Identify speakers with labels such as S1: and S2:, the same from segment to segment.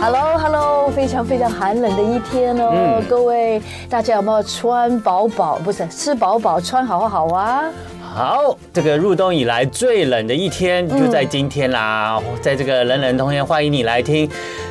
S1: Hello Hello，非常非常寒冷的一天哦，
S2: 嗯
S1: 各位大家有没有穿饱饱？不是吃饱饱，穿好好啊。
S2: 好，这个入冬以来最冷的一天就
S1: 嗯
S2: 在今天啦，在这个冷冷的冬天，欢迎你来听，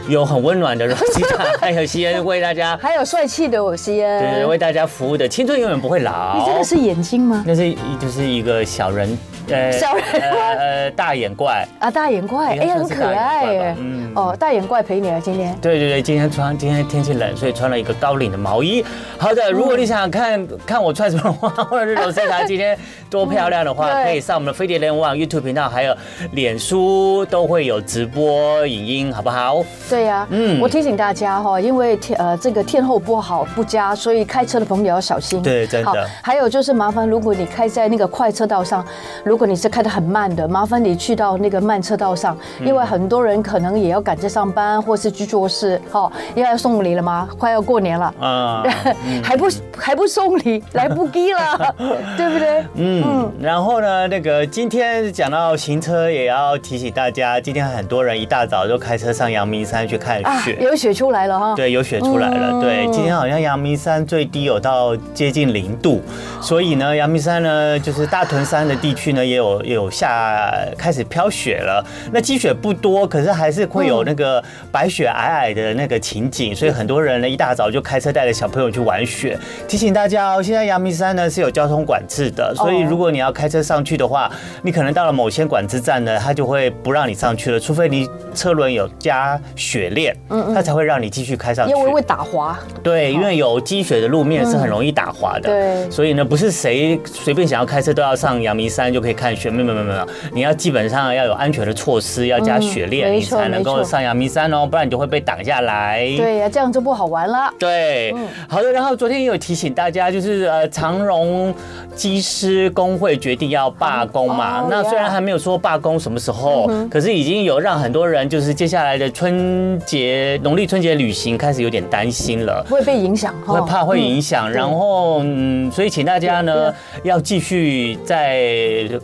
S2: 有很温暖的罗西 塔还有西恩为大家，
S1: 还有帅气的我西恩，
S2: 对，为大家服务的青春永远不会
S1: 你
S2: 老。
S1: 真的是眼睛吗？
S2: 那是一就是一个小人，呃
S1: 小人
S2: 呃呃大眼怪。
S1: 啊，大眼怪，
S2: 应
S1: 哎
S2: 该
S1: 呀，很
S2: 算是
S1: 可爱
S2: 大眼怪吧
S1: 耶
S2: 嗯。
S1: 哦，大眼怪陪你啊，今天。
S2: 对对对，今天穿今天天气冷，所以穿了一个高领的毛衣。好的，如果你想看看我穿什么的话，或者是罗西塔今天多漂亮的话，
S1: 对
S2: 可以上我们的飞碟联网 YouTube 频道，还有脸书都会有直播影音，好不好？
S1: 对呀、嗯
S2: 嗯，
S1: 我提醒大家哈、因为天呃这个天候不好不佳，所以开车的朋友要小心。
S2: 对真的
S1: 好，还有就是麻烦，如果你开在那个快车道上，如果你是开得很慢的，麻烦你去到那个慢车道上，
S2: 嗯
S1: 因为很多人可能也要赶着上班或是去做事，哈、因为要送礼了嘛，快要过年了。
S2: 啊、
S1: 还不还不送礼，来不及 了，对不对？
S2: 嗯，然后呢，那个今天讲到行车，也要提醒大家，今天很多人一大早就开车上阳明山去看
S1: 啊
S2: 雪，。
S1: 有雪出来了哈。
S2: 对，有雪出来了。对，今天好像阳明山最低有到接近零度，所以呢，阳明山呢，就是大屯山的地区呢，也有也有下开始飘雪了。那积雪不多，可是还是会有那个白雪皑皑的那个情景，所以很多人呢一大早就开车带着小朋友去玩雪。提醒大家哦，现在阳明山呢是有交通管制的，所以
S1: 哦
S2: 如果你要开车上去的话，你可能到了某些管制站呢，它就会不让你上去了，除非你车轮有加雪链，它才会让你继续开上去
S1: 嗯因。为会打滑，嗯
S2: 对，因为有积雪的路面是很容易打滑的，
S1: 对
S2: 所以呢，不是谁随便想要开车都要上阳明山就可以看雪，没有没有没有没有，你要基本上要有安全的措施，要加雪链，
S1: 嗯没
S2: 你
S1: 错
S2: 才能
S1: 没
S2: 够
S1: 错
S2: 上阳明山哦，不然你就会被挡下来。
S1: 对呀、这样就不好玩了。
S2: 对，好的。然后昨天也有提醒大家，就是呃，长荣机师工会决定要罢工嘛。
S1: 哦
S2: 那虽然
S1: yeah 嗯
S2: 还没有说罢工什么时候，可是已经有让很多人就是接下来的春节农历春节旅行开始有点担心了。
S1: 会被影响哈，
S2: 会怕会影响，然后嗯，所以请大家
S1: 对
S2: 呢要继续在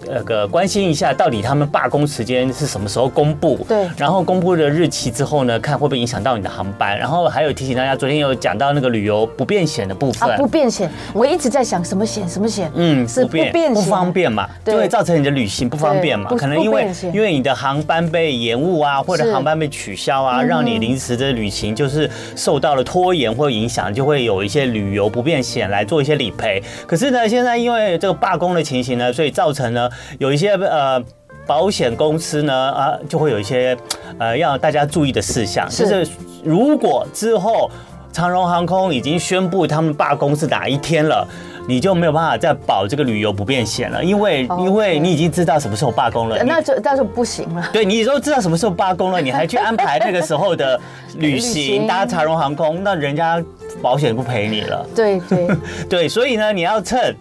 S2: 那个关心一下，到底他们罢工时间是什么时候公布？
S1: 对
S2: 然后公布的日期之后呢，看会不会影响到你的航班。然后还有提醒大家，昨天有讲到那个旅游不便险的部分
S1: 啊，，不变险，我一直在想什么险什么险，
S2: 嗯，
S1: 是不变险，
S2: 不方便嘛，
S1: 对
S2: 就会造成你的旅行不方便
S1: 对，
S2: 嘛
S1: 不
S2: 可能因
S1: 不
S2: 为
S1: 便险
S2: 因为你的航班被延误啊，或
S1: 是嗯
S2: 者航班被取消啊，让你临时的旅行就是受到了拖延或影响，就会有一些旅游不便险来做一些理赔。可是呢，现在因为这个罢工的情形呢，所以造成呢有一些呃。保险公司呢，啊，就会有一些，呃，要大家注意的事项，
S1: 是
S2: 就是如果之后长荣航空已经宣布他们罢工是哪一天了，你就没有办法再保这个旅游不便险了，因为
S1: 哦
S2: 因为
S1: 对
S2: 你已经知道什么时候罢工了。
S1: 那
S2: 你
S1: 就那就不行了。
S2: 对，你都知道什么时候罢工了，你还去安排那个时候的旅
S1: 旅
S2: 行
S1: 行
S2: 搭长荣航空，那人家保险不赔你了。
S1: 对对，
S2: 对，所以呢，你要趁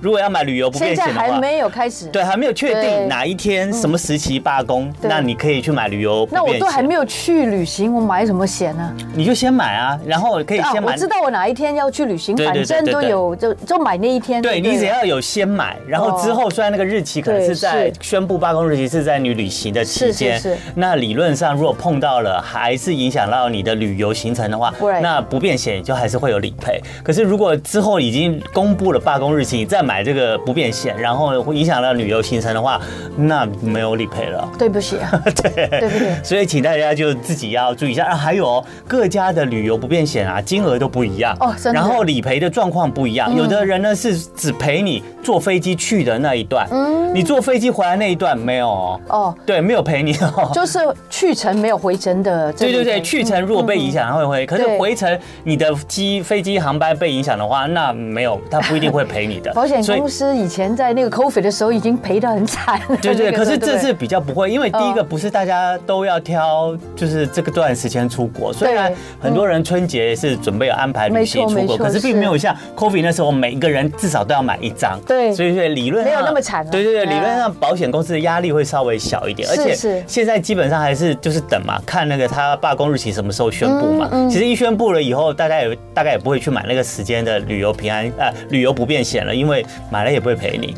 S2: 如果要买旅游 不
S1: 现
S2: 便
S1: 在
S2: 险的
S1: 还
S2: 话。
S1: 没有开始。
S2: 对，还没有确
S1: 对
S2: 定哪一天、什么时期罢工，
S1: 对
S2: 那你可以去买旅游不
S1: 那我
S2: 便
S1: 都还
S2: 险，
S1: 没有去旅行，我买什么险呢？
S2: 你就先买啊，然后可以
S1: 啊，
S2: 先
S1: 我
S2: 买
S1: 知道我哪一天要去旅行，
S2: 对对
S1: 反
S2: 对
S1: 正
S2: 对
S1: 都
S2: 对
S1: 有，就就买那一天就
S2: 对
S1: 了。
S2: 你只要有先买，然后之后虽然那个日期可能
S1: 对
S2: 是在
S1: 是
S2: 宣布罢工日期是在你旅行的期间，
S1: 是是是
S2: 那理论上如果碰到了还是影响到你的旅游行程的话
S1: Right，
S2: 那不便险就还是会有理赔。可是如果之后已经公布了罢工日期，你再买这个不便险，然后会影响到旅游行程的话，那没有理赔了。
S1: 对不起啊， 对不起。
S2: 所以请大家就自己要注意一下啊！还有哦各家的旅游不便险啊，金额都不一样
S1: 哦真的嗯
S2: 然后理赔的状况不一样，有的人呢是只赔你坐飞机去的那一段，嗯，你坐飞机回来那一段没有哦，
S1: 哦，
S2: 对，没有赔你哦。
S1: 就是去程没有回程的这个
S2: 对对
S1: 一天。
S2: 对，去程如果被影响会会，可是
S1: 对
S2: 回程你的机飞机航班被影响的话，那没有，他不一定会赔你
S1: 。
S2: 的
S1: 保险
S2: 所以
S1: 公司以前在那个 COVID 的时候已经赔得很惨了。
S2: 对
S1: 那
S2: 对，
S1: 个
S2: 可
S1: 时候
S2: 是
S1: 对
S2: 这
S1: 不对
S2: 次比较不会，因为第一个
S1: 嗯
S2: 不是大家都要挑，就是这个段时间出国。虽然
S1: 对
S2: 很多人春节是准备有安排旅行
S1: 没错
S2: 出
S1: 没
S2: 国，
S1: 错
S2: 可是并
S1: 是
S2: 没有像 COVID 那时候，每一个人至少都要买一张。
S1: 对
S2: 所以所以理论
S1: 没
S2: 上
S1: 有那么惨啊
S2: 对对对，
S1: 对啊
S2: 理论上保险公司的压力会稍微小一点，而
S1: 是
S2: 且
S1: 是
S2: 现在基本上还是就是等嘛，看那个他罢工日期什么时候宣布嘛。
S1: 嗯
S2: 其实一宣布了以后，大家也大概也不会去买那个时间的旅游平安呃旅游不便险了，因为买了也不会赔你。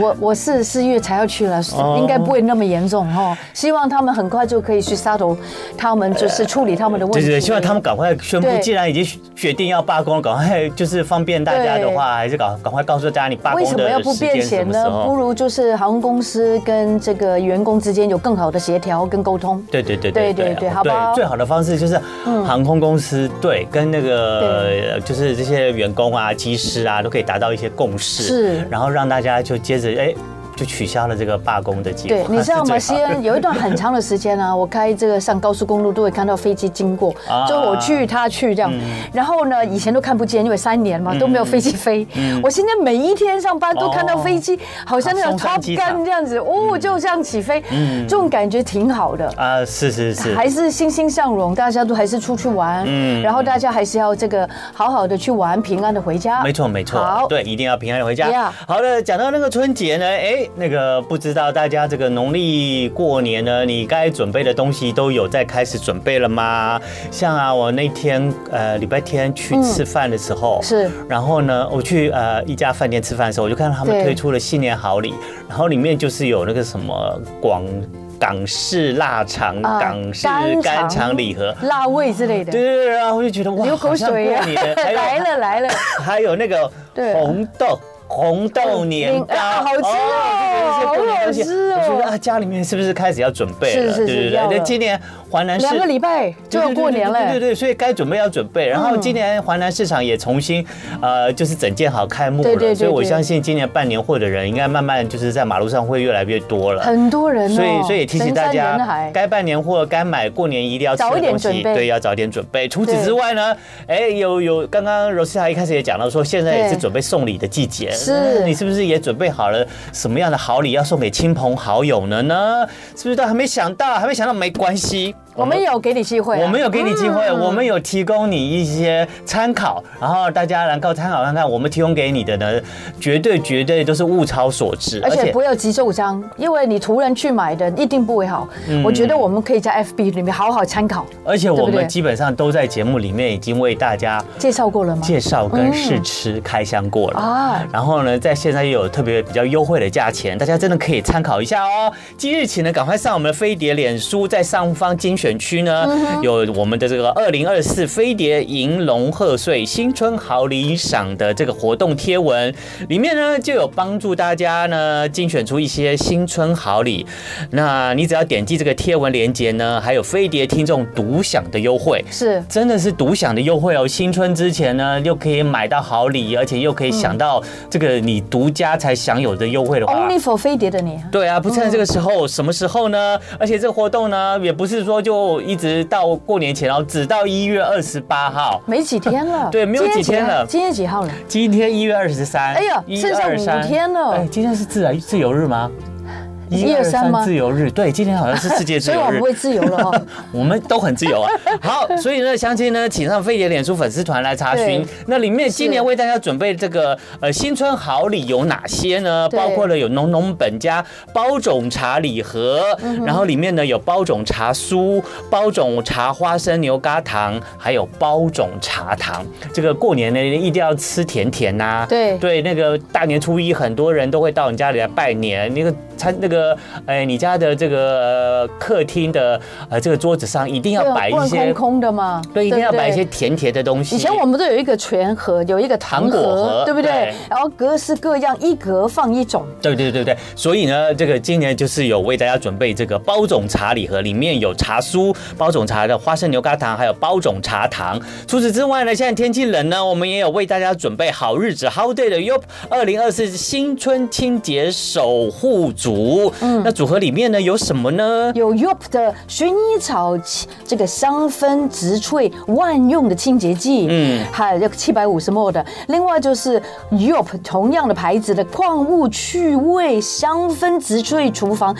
S1: 我我是四月才要去了
S2: 哦，
S1: 应该不会那么严重哦。希望他们很快就可以去杀头，他们就是处理他们的问
S2: 对
S1: 题。
S2: 对对，希望他们赶快宣布，
S1: 对
S2: 既然已经决定要罢工了，赶快就是方便大家的话，还是赶赶快告诉大家你罢工
S1: 为什么要
S2: 的
S1: 不
S2: 时
S1: 变
S2: 间什
S1: 钱
S2: 么时
S1: 呢？不
S2: 候。
S1: 如就是航空公司跟这个员工之间有更好的协调跟沟通。
S2: 对对对
S1: 对对对好不好
S2: 最好的方式就是航空公司对跟那
S1: 对
S2: 个呃就是这些员工啊、机师啊都可以达到一些共识，
S1: 是
S2: 然后让大家就接着哎就取消了这个罢工的计划。
S1: 对，你知道吗？
S2: 是
S1: 西
S2: 最好的
S1: 安有一段很长的时间 啊，我开这个上高速公路都会看到飞机经过
S2: 啊，嗯
S1: 就我去他去这样。然后呢，以前都看不见，因为三年嘛都没有飞机飞。
S2: 嗯
S1: 我现在每一天上班都看到飞机，好像那
S2: 松
S1: 种
S2: 山
S1: Top
S2: 机场
S1: Gun 这样子，哦，就这样起飞，这种感觉挺好的。
S2: 啊，是是是，
S1: 还是欣欣向荣，大家都还是出去玩，
S2: 嗯
S1: 然后大家还是要这个好好的去玩，平安的回家。
S2: 没错，没错
S1: 好，，
S2: 对，一定要平安地回家。
S1: Yeah
S2: 好的，讲到那个春节呢，哎，那个不知道大家这个农历过年呢，你该准备的东西都有在开始准备了吗？像啊，我那天呃礼拜天去吃饭的时候，
S1: 是
S2: 然后呢，我去呃一家饭店吃饭的时候，我就看到他们
S1: 对
S2: 推出了新年好礼，然后里面就是有那个什么广。港式腊肠、
S1: 啊
S2: 港式
S1: 干
S2: 干
S1: 肠
S2: 肠礼盒，
S1: 辣味之类的
S2: 对，对对，然后我就觉得哇，
S1: 流口
S2: 好像
S1: 水呀
S2: 过 年，哎了还有
S1: 来了来了。
S2: 还有那个
S1: 对
S2: 红豆。红豆年糕，
S1: 啊好吃哦
S2: 这个是过年的东西
S1: 好好吃哦
S2: 我觉得啊，家里面是不是开始要准备了？
S1: 是是是要了
S2: 那今年华南市
S1: 两个礼拜就要过年了，嗯
S2: 呃对对对对对对，所以该准备要准备。然后今年华南市场也重新，呃，就是整建好开幕
S1: 对对对
S2: 了，所以我
S1: 对
S2: 相信今年办年会的人应该慢慢就是在马路上会越来越多了。
S1: 很多人哦，
S2: 所以，所以也提醒大
S1: 人山人
S2: 家
S1: 海，
S2: 该办年货、该买过年一定要吃的
S1: 早一点
S2: 东西
S1: 准备
S2: 对，要早点准备。除此
S1: 对
S2: 之外呢，哎，有有，刚刚柔西塔一开始也讲到说，现在也是
S1: 对
S2: 准备送礼的季节，
S1: 是
S2: 那你是不是也准备好了什么样的好礼要送给亲朋好友呢？呢，是不是都还没想到？还没想到没关系，
S1: 我们。有给你机会啊，
S2: 我们有给你机会，我们有提供你一些参考，然后大家能够参考看看，我们提供给你的呢，绝对绝对都是物超所值，
S1: 而且不要急受伤，因为你突然去买的一定不会好。
S2: 嗯
S1: 我觉得我们可以在 FB 里面好好参考，
S2: 而且我
S1: 对不对
S2: 们基本上都在节目里面已经为大家
S1: 介绍过了吗？
S2: 介绍
S1: 哦
S2: 跟试吃开箱过了。
S1: 啊，
S2: 然后呢，在现在又有特别比较优惠的价钱，大家真的可以参考一下哦。即日起呢，赶快上我们的飞碟脸书，在上方精选区呢，有我们的这个二零二四飞碟银龙贺岁新春好礼赏的这个活动贴文，里面呢就有帮助大家呢精选出一些新春好礼。那你只要点击这个贴文链接呢，还有飞碟听众独享的优惠，
S1: 是
S2: 真的是独享的优惠哦！新春之前呢，又可以买到好礼，而且又可以享到这个你独家才享有的优惠的话。
S1: Only for 飞碟的你，
S2: 对啊，不趁这个时候，什么时候呢？而且这个活动呢，也不是说就一直到过年前哦，只到一月二十八号。
S1: 没几天了，
S2: 对没有几天了
S1: 今天几号了？
S2: 今天一月二十三，
S1: 哎呀剩下
S2: 123
S1: 五天了
S2: 哎，今天是自然自由日吗？
S1: 123吗
S2: 自由日，对，今天好像是世界自
S1: 所以
S2: 由
S1: 我
S2: 日
S1: 们。会自由了哦。
S2: 我们都很自由啊。好，所以呢，详情呢，请上飞碟脸书粉丝团来查询
S1: 对。
S2: 那里面今年为大家准备这个呃新春好礼有哪些呢？
S1: 对
S2: 包括了有浓浓本家包种茶礼盒，
S1: 嗯
S2: 然后里面呢有包种茶酥、包种茶花生牛轧糖，还有包种茶糖。这个过年呢一定要吃甜甜呐、
S1: 对
S2: 对，那个大年初一很多人都会到你家里来拜年，那个餐那个哎你家的这个、呃、客厅的呃这个桌子上 一
S1: 对
S2: 定要
S1: 啊
S2: 摆
S1: 不
S2: 一
S1: 能
S2: 些
S1: 空。空的嘛，
S2: 对，一定要
S1: 不
S2: 摆一些。甜甜的东西。
S1: 以前我们都有一个全盒，有一个糖
S2: 糖果盒
S1: 盒，对不对
S2: 对？
S1: 然后格式各样，一格放一种，
S2: 对对对对，所以呢，这个今年就是有为大家准备这个包种茶礼盒，里面有茶酥、包种茶的花生牛轧糖，还有包种茶糖。除此之外呢，现在天气冷呢，我们也有为大家准备好日子 How Day 的 Yup 二零二四新春清洁守护组。
S1: 嗯
S2: 那组合里面呢有什么呢？
S1: 有 Yup 的薰衣草气这个香氛植萃万用的清洁剂，嗯，还有七百五十 ml 的。另外就是 Yup 同样的牌子的矿物去味香氛植萃厨房，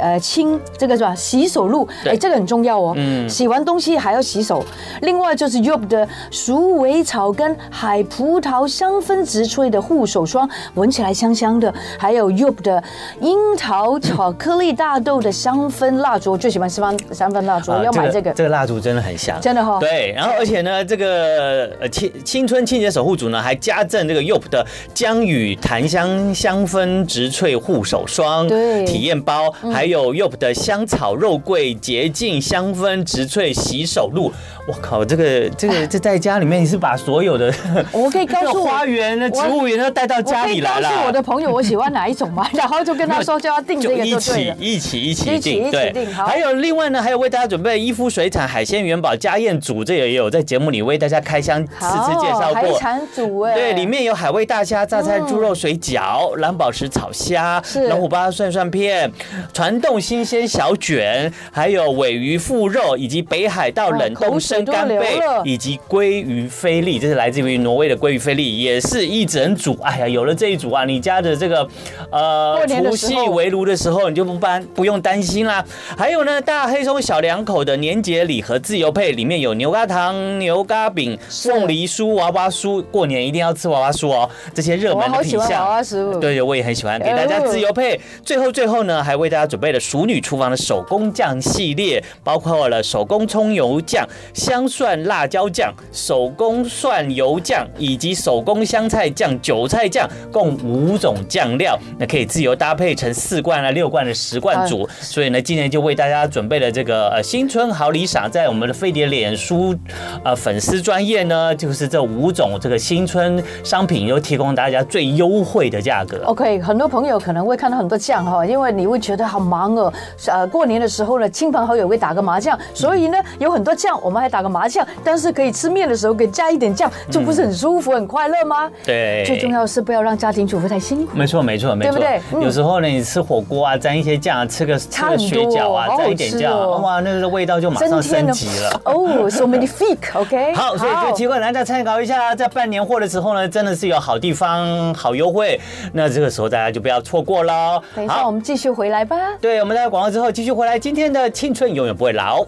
S1: 呃，清这个是吧？洗手露，
S2: 对
S1: 哎，这个很重要哦。嗯，洗完东西还要洗手。另外就是 Yup 的鼠尾草跟海葡萄香氛植萃的护手霜，闻起来香香的。还有 Yup 的樱桃巧克力大豆的香氛蜡烛，我最喜欢香氛香氛蜡烛，
S2: 啊
S1: 我要买这个
S2: 这个蜡烛真的很香，
S1: 真的哦哈
S2: 对，然后而且呢，这个呃青青春清洁守护组呢，还加赠这个 Yop 的江雨檀香香氛植萃护手霜，
S1: 对
S2: 体验包，还有 Yop 的香草肉桂洁净香氛植萃洗手露。我靠，这个 这个这在家里面你是把所有的
S1: 我可以告
S2: 这
S1: 诉
S2: 个
S1: 我
S2: 花园的植物园都带到
S1: 我
S2: 家
S1: 可
S2: 里
S1: 以告
S2: 来了，
S1: 诉我的朋友我喜欢哪一种嘛，然后就跟他说就要订这
S2: 就
S1: 个
S2: 一
S1: 就对
S2: 起
S1: 了。
S2: 一起一
S1: 一
S2: 起
S1: 起一
S2: 订，
S1: 起
S2: 对
S1: 订。好
S2: 还有另外呢，还有为大家准备一夫水产海鲜元宝家宴组，这也有在节目里为大家开箱次次介绍
S1: 海
S2: 过。
S1: 产组哎，
S2: 对，里面有海味大虾、榨菜猪肉水饺、蓝宝石炒虾
S1: 是、
S2: 老虎巴蒜蒜片、传冻新鲜小卷，还有尾鱼腹肉，以及北海道冷
S1: 哦口
S2: 冻
S1: 水
S2: 生
S1: 都
S2: 干
S1: 流
S2: 贝
S1: 了，
S2: 以及鲑鱼菲力，这是来自于挪威的鲑鱼菲力，也是一整组。哎呀，有了这一组啊，你家的这个呃
S1: 过年的
S2: 除
S1: 时
S2: 夕
S1: 候
S2: 围炉的时候，你就不担不用担心啦。还有呢，大黑松小两口的年节礼盒自由配，里面有牛轧糖、牛轧饼、
S1: 是
S2: 凤梨酥、娃娃酥，过年一定要吃娃娃酥哦。这些热
S1: 我
S2: 门的
S1: 好喜
S2: 品
S1: 欢娃
S2: 相。
S1: 娃食物。
S2: 对，我也很喜欢给大家自由配。最后最后呢，还为大家准备了熟女厨房的手工酱系列，包括了手工葱油酱、香蒜辣椒酱、手工蒜油酱以及手工香菜酱、韭菜酱，共五种酱料。那可以自由搭配成四罐啊、六罐的十罐组。所以呢，今年就为大家准备了这个呃新春好礼赏，在我们的飞碟脸书呃粉丝专业呢，就是这五种这个新春商品，都提供大家最优惠的价格。
S1: OK，很多朋友可能会看到很多酱哈，因为你会觉得好忙哦。呃，过年的时候呢，亲朋好友会打个麻将，所以呢，
S2: 嗯
S1: 有很多酱，我们还打个麻将，但是可以吃面的时候可以加一点酱，这不是很舒服、很快乐吗？
S2: 对，
S1: 最重要是不要让家庭主妇太辛苦。
S2: 没错，没错，没
S1: 对
S2: 错。
S1: 不对嗯
S2: 有时候呢，你吃火锅啊，沾一些酱，吃个吃
S1: 差很
S2: 个
S1: 多
S2: 水饺啊，
S1: 好好
S2: 沾一点
S1: 吃
S2: 酱，
S1: 哦
S2: 哇，那个味道就马上升级 了。
S1: 哦、s o many fake，OK、
S2: 好，所以这个机会来大家参考一下，在办年货的时候呢，真的是有好地方、好优惠，那这个时候大家就不要错过喽。
S1: 等一下我
S2: 好，
S1: 们继续回来吧。
S2: 对，我们在广告之后继续回来，今天的青春永远不会老。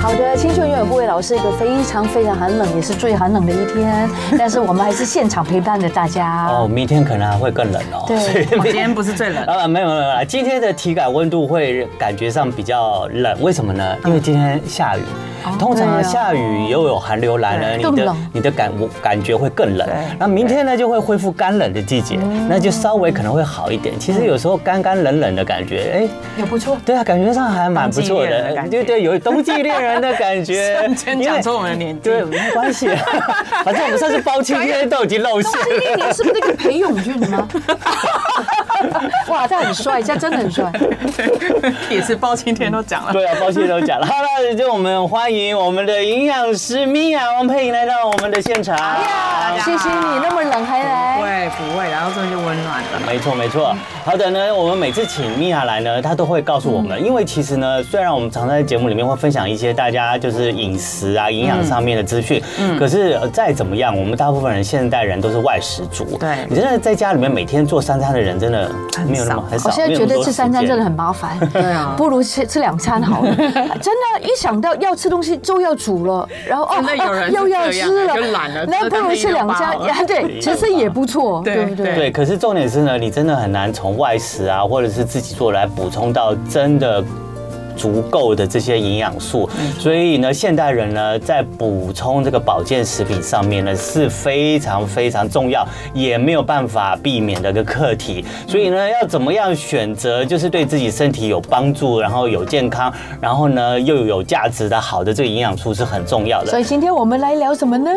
S1: 好的，青春永远不会老是一个非常非常寒冷，也是最寒冷的一天，但是我们还是现场陪伴着大家。
S2: 哦，明天可能还会更冷哦。
S1: 对
S2: 所以
S3: 我今 天不是最冷，
S2: 啊，没有没有没有，今天的体感温度会感觉上比较冷，为什么呢？
S3: 嗯
S2: 因为今天下雨，
S3: 哦
S2: 通常啊
S1: 对啊
S2: 下雨又有寒流来了，
S1: 更
S2: 你的
S1: 冷
S2: 你的感感觉会更冷
S3: 对。
S2: 那明天呢就会恢复干冷的季节，那就稍微可能会好一
S3: 嗯
S2: 点。其实有时候干干冷冷的感觉，哎，
S1: 也不错。
S2: 对啊，感觉上还蛮不错
S3: 冬季恋人的
S2: 的，
S3: 感觉
S2: 对对，有冬季恋人的感 觉
S3: 瞬。间讲出我们的年纪
S2: 对，没关 系，反正我们上次包青天都已经露馅了。
S1: 那年是不是那个裴勇俊吗？哇，他很帅，他真的很帅。
S3: 也是包青天都讲 了。
S2: 对啊，包谢都讲了。好了，就我们欢迎我们的营养师米娅王佩莹来到我们的现场。
S3: 呀
S1: 谢谢你那么冷还
S3: 不
S1: 来。
S3: 会不会，然后这就温暖了。
S2: 没错没错，好的呢，我们每次请米娅来呢，她都会告诉我们，因为其实呢，虽然我们常在节目里面会分享一些大家就是饮食啊、营养上面的资讯，可是呃再怎么样，我们大部分人现代人都是外食族，
S3: 对
S2: 你真的在家里面每天做三餐的人，真的没有那么很少
S1: 我，现在
S2: 没有
S1: 觉
S2: 那么
S1: 得
S2: 多
S1: 吃
S2: 时
S1: 三餐
S2: 间
S1: 真的很麻烦，
S3: 对啊
S1: 不如吃吃两餐好 了。真的，一想到要吃东西就要煮了，然后哦
S3: 真的有人是
S1: 又要吃了，
S3: 这样就懒了
S1: 那不如吃两餐哎
S3: 就当那一六八好，
S1: 对，其实也不错，
S3: 对
S1: 对不对？
S2: 对，可是重点是呢，你真的很难从外食啊，或者是自己做来补充到真的。足够的这些营养素，所以呢，现代人呢在补充这个保健食品上面呢是非常非常重要，也没有办法避免的一个课题。所以呢，要怎么样选择，就是对自己身体有帮助，然后有健康，然后呢又有价值的好的这个营养素是很重要的。
S1: 所以今天我们来聊什么呢？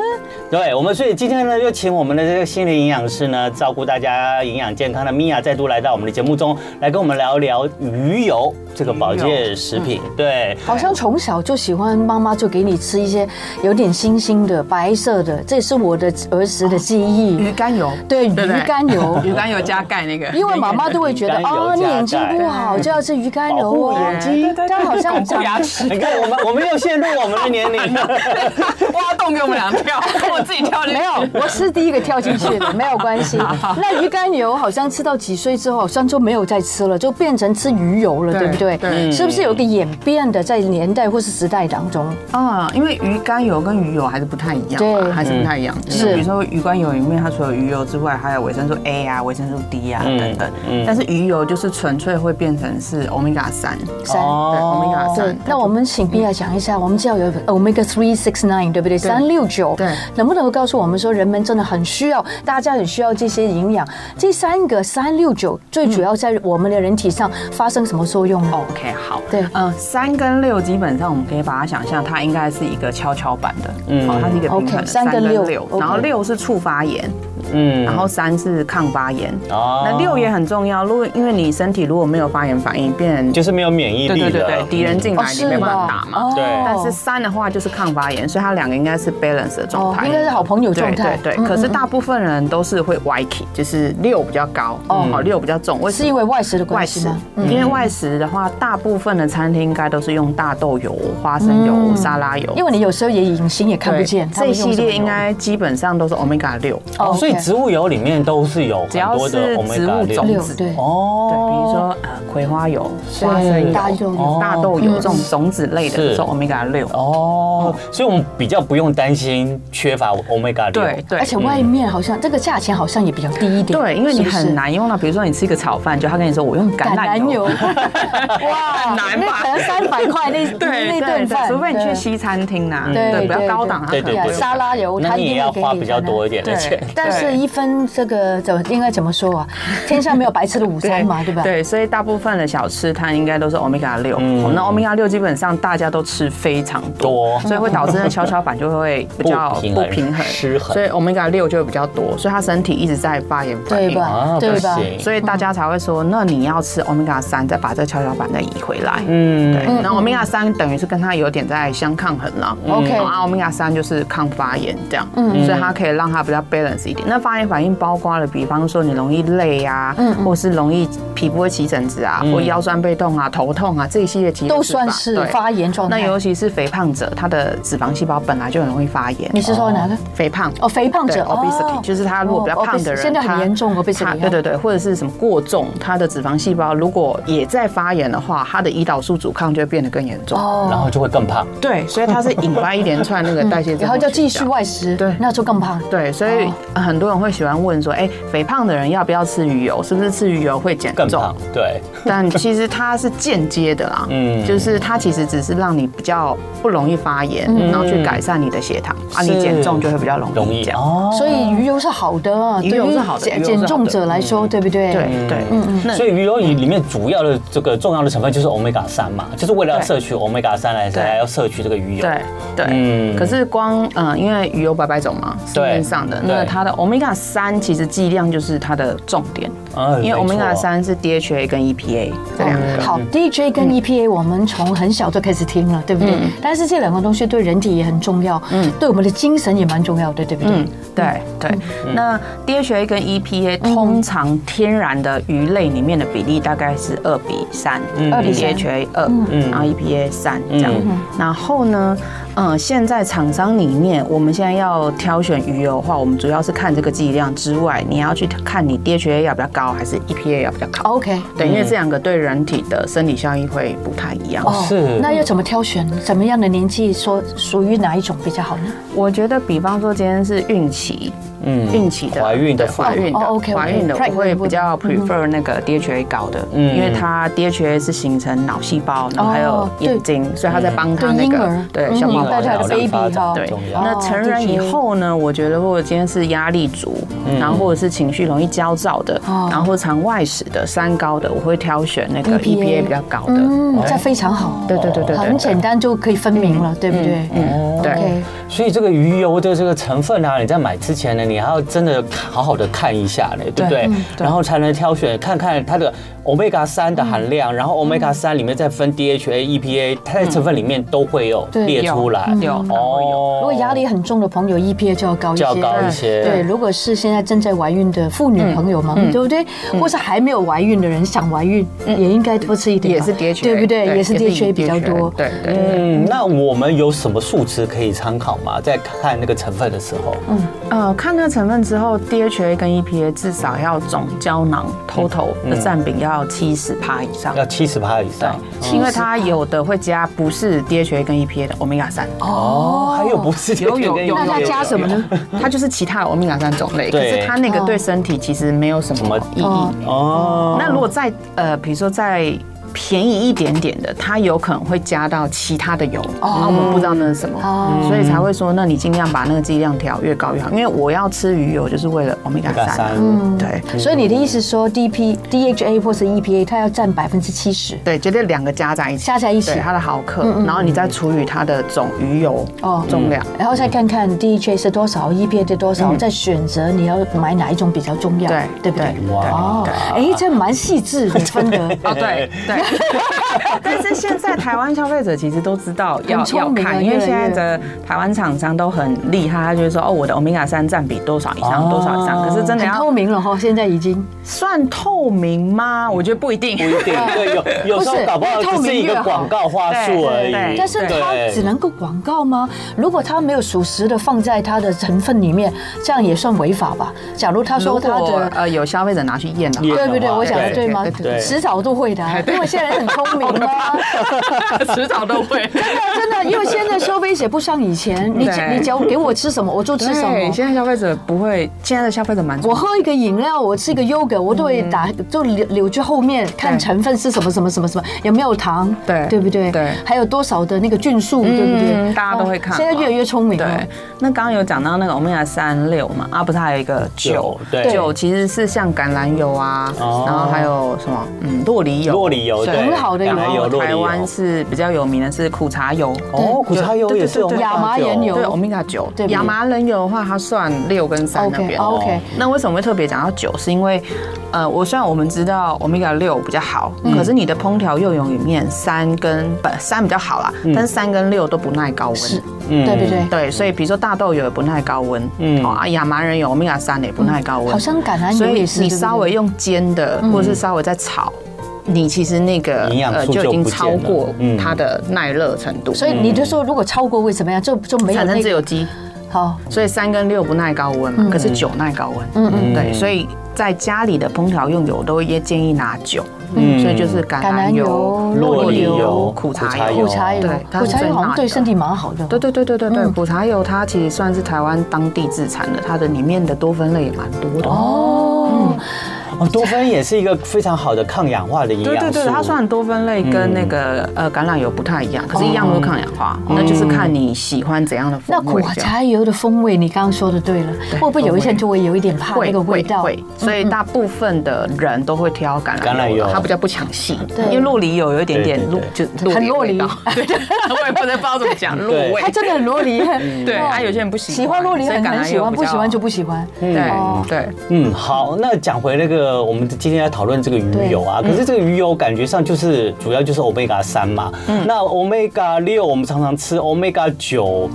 S2: 对，我们所以今天呢，就请我们的这个心理营养师呢，照顾大家营养健康的米娅再度来到我们的节目中，来跟我们聊一聊鱼油这个保健食品。
S3: 嗯
S2: 对，
S1: 好像从小就喜欢妈妈就给你吃一些有点星星的、白色的，这是我的儿时的记忆。
S3: 鱼肝油，
S1: 对，
S3: 对不对
S1: 鱼肝油，
S3: 鱼肝油加钙那个，
S1: 因为妈妈都会觉得
S2: 鱼肝油
S1: 啊，你
S2: 加钙
S1: 眼睛不好就要吃鱼肝
S2: 保
S1: 油
S2: 护
S1: 哦
S2: 眼睛，
S1: 但好像
S3: 巩固牙齿，
S2: 你看我们我们又陷入我们的年龄了。
S3: 挖洞 给我们俩跳，我自己跳进 去
S1: 没有，我是第一个跳进去的，没有关系。那鱼肝油好像吃到几岁之后，好像就没有再吃了，就变成吃鱼油了，
S3: 对
S1: 对不对？
S3: 对
S1: 是不是有个演变的在年代或是时代当中。
S3: 啊，因为鱼肝油跟鱼油还是不太一样嘛，
S1: 对嗯
S3: 还是不太一样。就是比如说鱼肝油里面，它除了鱼油之外，还有维生素 A 啊、维生素 D 啊
S2: 嗯
S3: 等等
S2: 嗯。
S3: 但是鱼油就是纯粹会变成是欧米伽三，
S1: 三
S2: 哦
S3: 对，欧米伽
S1: 对
S3: 三。，
S1: 那我们请
S3: 嗯
S1: 碧雅讲一下，我们知道有 omega three six nine，对不对？三六九，
S3: 对
S1: 能不能够告诉我们说，人们真的很需要，大家很需要这些营养？这三个三六九最主要在我们的人体上发生什么作用哦啊呢？
S3: OK，好，
S1: 对
S3: 嗯，三跟六基本上我们可以把它想象，它应该是一个跷跷板的，
S2: 嗯
S3: 嗯，它是一个平衡
S1: OK，
S3: 的，
S1: 三跟六，OK
S3: 然后六是触发炎，
S2: 嗯
S3: 然后三是抗发炎，
S2: 哦
S3: 那六也很重要，如果因为你身体如果没有发炎反应，变成
S2: 就是没有免疫
S3: 对
S2: 力
S3: 对
S2: 了，
S3: 对对，敌人进来你没
S1: 哦
S3: 办法打嘛。
S2: 对
S3: 但是三的话就是抗发炎，所以它两个应该是 balance 的状态，
S1: 哦应该是好朋友状态
S3: 对
S1: 嗯
S3: 对对，可是大部分人都是会 y k 就是六比较高，哦，好六比较重，为什
S1: 是
S3: 么
S1: 因为外食的关
S3: 外
S1: 系
S3: 食
S1: 吗？，嗯
S3: 因为外食的话，大部分的餐厅应该都是用大豆油、花生油、沙拉油，
S1: 嗯因为你有时候也隐形也看不
S3: 对
S1: 见，他
S3: 这
S1: 们
S3: 一
S1: 用
S3: 系
S1: 什么
S3: 列
S1: 油
S3: 应该基本上都是 omega 六，
S2: 哦，
S1: OK
S2: 所以植物油里面都是有
S3: 只
S2: 很
S3: 要
S2: 多的
S3: 是植
S2: omega
S3: 物种
S2: 六
S1: 六
S3: 子，
S1: 对
S2: 哦，
S3: 对，比如说呃葵花油、花生油、
S1: 大豆油
S3: 大豆
S1: 嗯
S3: 油这种种子类的
S2: 是
S3: 都是 omega 六。
S2: 哦，所以我们比较不用担心缺乏 omega 六，
S3: 对对
S1: 而且外面好像这个价钱好像也比较低一点，
S3: 对，因为你
S1: 是不是
S3: 很。难用到，比如说你吃一个炒饭，就他跟你说我用橄
S1: 橄
S3: 榄
S1: 榄油，
S3: 油。
S1: 哇，
S3: 难吧
S1: 那可能三百块 那
S3: 对
S1: 那
S3: 对
S1: 顿
S3: 对
S1: 饭，，
S3: 除非你
S1: 对
S3: 去西餐厅呐，
S1: 对
S3: 对，比较
S1: 对
S3: 高档，它啊
S2: 对
S3: 可
S2: 对
S3: 能
S2: 对
S3: 会
S1: 呀
S3: 有
S1: 沙拉油，
S2: 那
S1: 它
S2: 你
S1: 一
S2: 也
S1: 定
S2: 要
S1: 会给
S2: 花比较多一点的
S3: 对
S2: 钱。
S1: 但是，
S3: 对
S1: 一分这个怎么应该怎么说啊？天上没有白吃的午餐嘛，对吧？
S3: 对，所以大部分的小吃摊应该都是 omega 六、
S2: 嗯
S3: 那 omega 六基本上大家都吃非常
S2: 多
S3: 多，所以会导致那跷跷板就会比较
S2: 不
S3: 不
S2: 平
S3: 平
S2: 衡
S3: 衡、
S2: 失衡
S3: 所以 omega 六就会比较多，所以他身体一直在发炎反
S1: 对
S3: 应。
S1: 吧
S2: 啊？
S1: 对
S2: 不
S1: 吧？
S2: 行
S3: 所以大家才会说，那你要吃 omega 三，再把这跷跷板再移回来。
S2: 嗯，
S3: 对，那 omega 三等于是跟它有点在相抗衡了。嗯
S1: OK
S3: 然后 omega 三就是抗发炎这样，嗯，所以它可以让它比较 balance 一点。那发炎反应包括了，比方说你容易累啊，
S1: 嗯
S3: 或是容易皮肤会起疹子啊，或腰酸背痛啊、头痛啊这一系列疾病
S1: 都算是发炎状态
S3: 那尤其是肥胖者，他的脂肪细胞本来就很容易发炎。哦
S1: 你是说哪个？
S3: 肥胖
S1: 哦，肥胖
S3: 对
S1: 者哦
S3: ，obesity 就是他如果比较胖的
S1: 哦
S3: 人，
S1: ，obesity，现在很
S3: 他
S1: 严重，obesity
S3: 他
S1: 啊
S3: 对对对，或者是什么过重，他的脂肪细胞如果也在发炎的话，他的胰岛素阻抗就会变得更严重。
S2: 然
S1: 哦，
S2: 后就会更胖。
S3: 对，所以它是引发一连串那个代谢症候群这
S1: 嗯然
S3: 样，
S1: 后就继续哦外食，
S3: 对
S1: 那就更胖。
S3: 对，所以很多人会喜欢问说，哎，肥胖的人要不要吃鱼油？是不是吃鱼油会减
S2: 更
S3: 重
S2: 胖？，对，
S3: 但其实它是间接的啦，
S2: 嗯
S3: 嗯，就是它其实只是让你比较不容易发炎，
S1: 嗯
S3: 然后去改善你的血糖，啊，
S2: 是
S3: 你减重就会比较容易。
S2: 容易哦。
S1: 所以鱼油是好的啊，
S3: 鱼
S1: 对
S3: 油
S1: 于
S3: 是好的
S1: 减
S3: 鱼油是
S1: 减
S3: 好
S1: 重
S3: 的嗯
S1: 者来说，对不对？
S3: 对对，嗯嗯。
S2: 所以鱼油里面主要的这个重要的成分就是 omega 三嘛，就是为了要摄取 omega 三来才
S3: 对
S2: 要摄取这个鱼油。
S3: 对对，
S2: 嗯
S3: 可是光嗯、呃因为鱼油百百种嘛，市
S2: 对
S3: 面上的
S2: 对
S3: 那它的 omega 三其实剂量就是它的重点，
S2: 啊
S3: 因为
S2: 没错哦
S3: omega 三是 DHA 跟 EPA 这两个。嗯
S1: 好，DJ 跟 EPA 我们从很小就开始听了，对不对？但是这两个东西对人体也很重要，对我们的精神也蛮重要的，对不对
S3: 嗯？，对对。
S2: 嗯
S3: 那 DHA 跟 EPA 通常天然的鱼类里面的比例大概是二比三，
S2: 嗯
S1: 2比3
S3: DHA 二，然后 EPA 三这样。然后呢，嗯，现在厂商里面，我们现在要挑选鱼油的话，我们主要是看这个剂量之外，你要去看你 DHA 要比较高，还是 EPA 要比较高。
S1: OK，
S3: 对，因为这两个对人体的生理效益会不太一样。
S1: 哦
S2: 是
S1: 那要怎么挑选？怎么样的年纪说属于哪一种比较好呢？
S3: 我觉得，比方说今天是孕期，
S2: 嗯
S3: 嗯，孕期的
S2: 怀孕的
S3: 对怀孕的
S1: 哦，OK，OK，
S3: 怀孕的，
S1: pregnant 嗯
S3: 我会比较 prefer 那个 DHA 高的，
S2: 嗯
S3: 因为它 DHA 是形成脑细胞，然后还有
S1: 哦对
S3: 眼睛，所以它在帮他
S1: 对
S3: 那
S1: 婴
S3: 个
S1: 儿，
S3: 对
S1: 嗯
S3: 小宝
S2: 宝
S1: 带
S3: 宝
S1: 着他
S2: 的脑
S1: 的哦
S2: 量
S1: baby
S2: 发展
S1: 哈，
S3: 对
S2: 重，要
S3: 那成人以后呢？我觉得如果今天是压力足，然后或者是情绪容易焦躁的，
S1: 哦
S3: 然后常外食的、三高的，我会挑选那个
S1: EPA
S3: EPA 比较高的。
S1: 嗯，这非常好，
S3: 哎对对对对嗯
S1: 很
S3: 对，
S1: 简单就可以分明了，对不对？
S2: 哦
S3: 对
S1: OK
S2: 所以这个鱼油的这个成分啊，你在买之前呢，你还要真的好好的看一下呢，对不对？
S3: 嗯
S2: 然后才能挑选看看它的 omega 三的含量，然后 omega 三里面再分 DHA、EPA，它 E 在成分里面都会有
S1: 对
S2: 列出来。
S3: 嗯有有
S2: 哦
S1: 如果压力很重的朋友，EPA 就要高一些，
S2: 就要高一些
S1: 对，如果是现在正在怀孕的妇女朋友们，对不对？或是还没有怀孕的人想怀孕，也应该多吃一点
S3: 也
S1: 吧，
S3: 是 DHA，
S1: 对不对？也是 DHA 比较多。
S3: 对对对。
S2: 嗯，那我们有什么数值可以参考嘛，在看那个成分的时候，
S3: 呃，看那成分之后，DHA 跟 EPA 至少要总胶囊 total 的占比要七十趴以上。
S2: 要七十趴以上。
S1: 嗯
S3: 对，因为它有的会加不是 DHA 跟 EPA 的 omega 三，
S2: 哦，还有不是
S3: 有有有
S1: 那它加什么呢？
S3: 它就是其他的 omega 三种类，可
S2: 对
S3: 是它那个对身体其实没有什么意
S1: 哦
S3: 义。
S2: 哦，
S3: 那如果再呃，比如说再便宜一点点的，它有可能会加到其他的油，那
S1: 哦
S3: 我们不知道那是什么，所以才会说，那你尽量把那个剂量调越高越好，因为我要吃鱼油就是为了 omega
S2: 大
S3: 三嗯
S2: 三，，
S3: 对。
S1: 所以你的意思说，DP、DHA 或是 EPA，它要占百分之七十，
S3: 对，绝对两个加在一起，
S1: 加在一起嗯
S3: 对它的毫克，然后你再除以它的总鱼油
S1: 哦
S3: 重量。
S1: 然后再看看 DHA 是多少，EPA 是多少，再选择你要买哪一种比较重要，
S3: 对
S1: 对不对？
S3: 对
S2: 哇
S1: 哦，哎，这蛮细致的分的。
S3: 哦，对对， 但是现在台湾消费者其实都知道要
S1: 很聪
S3: 要
S1: 明啊
S3: 看，因为
S1: 越来
S3: 现
S1: 越
S3: 在的台湾厂商都很厉害，他就会说哦，我的 omega 三占比多少以上，多少以
S2: 哦
S3: 上。可是真的
S1: 很透
S3: 要
S1: 明了哈，现在已经
S3: 算透明吗？我觉得不一定。
S2: 不一定，对，有有时
S1: 不
S2: 候
S1: 是
S2: 搞不好
S1: 越透
S2: 只
S1: 明
S2: 是一
S1: 越
S2: 个
S1: 好
S2: 广告话术而已
S3: 对对。对
S1: 但是
S3: 对
S1: 它只能够广告吗？如果它没有属实的放在它的成分里面，这样也算违法吧？假如他说
S3: 如
S1: 他
S3: 果
S1: 的。
S3: 呃有消费者拿去验的 话，
S2: 验
S1: 对不对？
S2: 的话
S1: 我讲的对吗
S3: 对对对？
S2: 对
S1: 迟早都会的啊，因为现在人很聪明 啊，
S3: 迟早 都会。
S1: 真的，因为现在收威胁不像以前，你
S3: 对
S1: 你只要给我吃什么，我就吃什
S3: 对，
S1: 么。
S3: 现在消费者不会，现在的消费者蛮
S1: 我喝一个饮料，我吃一个 yogurt，我都会打
S3: 嗯
S1: 就留留去后面看成分是什么什么什么什么，有没有糖，
S3: 对
S1: 对不对？
S3: 对嗯
S1: 还有多少的那个菌素，对不对？
S3: 大家都会看啊
S1: 哦现在越来越聪明了。
S3: 对，那刚刚有讲到那个 omega 三六嘛，啊，不是还有一个
S2: 九
S3: 九，
S2: 对
S3: 九其实是像橄榄油啊，
S2: 哦
S3: 然后还有什么，嗯，洛梨油，
S2: 洛梨油
S3: 对
S2: 对
S1: 很好的油
S2: 橄榄油，
S3: 然后
S2: 洛梨
S3: 台湾
S2: 油。
S3: 是比较有名的是苦茶油。
S2: 哦，苦茶油也是
S3: 对对对对
S1: 亚麻仁油
S3: 对，omega 九
S1: 对，
S3: 亚麻仁油的话，它算六跟三那
S1: OK
S3: 边。哦
S1: OK，
S3: 那为什么会特别讲到九？是因为，呃，我虽然我们知道 omega 六比较好，
S2: 嗯
S3: 可是你的烹调用油里面三跟不三比较好啦，
S2: 嗯
S3: 但是三跟六都不耐高温。
S1: 是，对不对？
S3: 对，所以比如说大豆油也不耐高温，
S2: 嗯
S3: 嗯，啊，亚麻仁油 omega 三也不耐高温，
S1: 嗯好像橄榄
S3: 所
S1: 油
S3: 以
S1: 也是，
S3: 你
S1: 对不对嗯
S3: 稍微用煎的，或者是稍微在炒。你其实那个呃
S2: 营养素
S3: 就已经
S2: 就不见
S3: 超
S2: 了
S3: 过
S2: 嗯
S3: 它的耐热程度，
S1: 所以你就说，如果超过会怎么样？就就没有嗯
S3: 产生
S1: 那
S3: 自
S1: 个
S3: 由基。
S1: 好，
S3: 所以三跟六不耐高温嘛，可是九耐高温。嗯嗯，对，所以在家里的烹调用油都也建议拿九。嗯，所以就是橄
S1: 橄榄
S3: 榄
S1: 油
S3: 油、
S1: 洛梨
S2: 油
S3: 苦
S2: 苦
S3: 茶
S2: 茶
S3: 油
S1: 苦。茶油
S3: 对，它
S1: 苦
S3: 是
S1: 茶
S3: 最
S1: 油好像
S3: 辣
S1: 对
S3: 的
S1: 身体蛮好的。
S3: 对对对对对对，
S1: 嗯
S3: 苦茶油它其实算是台湾当地自产的，它的里面的多酚类也蛮多的。
S1: 哦，
S2: 哦，多酚也是一个非常好的抗氧化的营
S3: 对
S2: 养
S3: 对
S2: 素。
S3: 对，它虽然多酚类跟那
S1: 嗯
S3: 个呃橄榄油不太一样，可
S1: 哦
S3: 是一样都是抗氧化，那就是看你喜欢怎样的风
S1: 那
S3: 味这
S1: 苦
S3: 样。
S1: 茶油的风味，你刚刚说的对了，会不会有一些人就会有一点怕那个味道？嗯
S3: 会，所以大部分的人都会挑橄
S2: 橄榄
S3: 榄油
S2: 油
S3: 的，它比较不抢戏，
S1: 对
S3: 因为洛梨油有一点点
S2: 对
S3: 露，就
S2: 对
S1: 很洛梨
S3: 的味道 对，我也不能不知道怎么讲，入味
S1: 它。真的很洛梨，
S3: 对，
S1: 哦
S3: 啊，有些人不喜欢，
S1: 喜欢洛梨
S3: 所以
S1: 很
S3: 橄
S1: 很
S3: 榄
S1: 喜
S3: 油
S1: 欢，
S3: 比
S1: 不
S3: 较
S1: 喜欢就不喜欢。哦
S3: 对对。
S2: 嗯，好，那讲回那个，我们今天要讨论这个鱼油啊，可是这个鱼油感觉上就是主要就是 omega 三嘛，
S3: 嗯
S2: 那 omega 六我们常常吃，omega 九。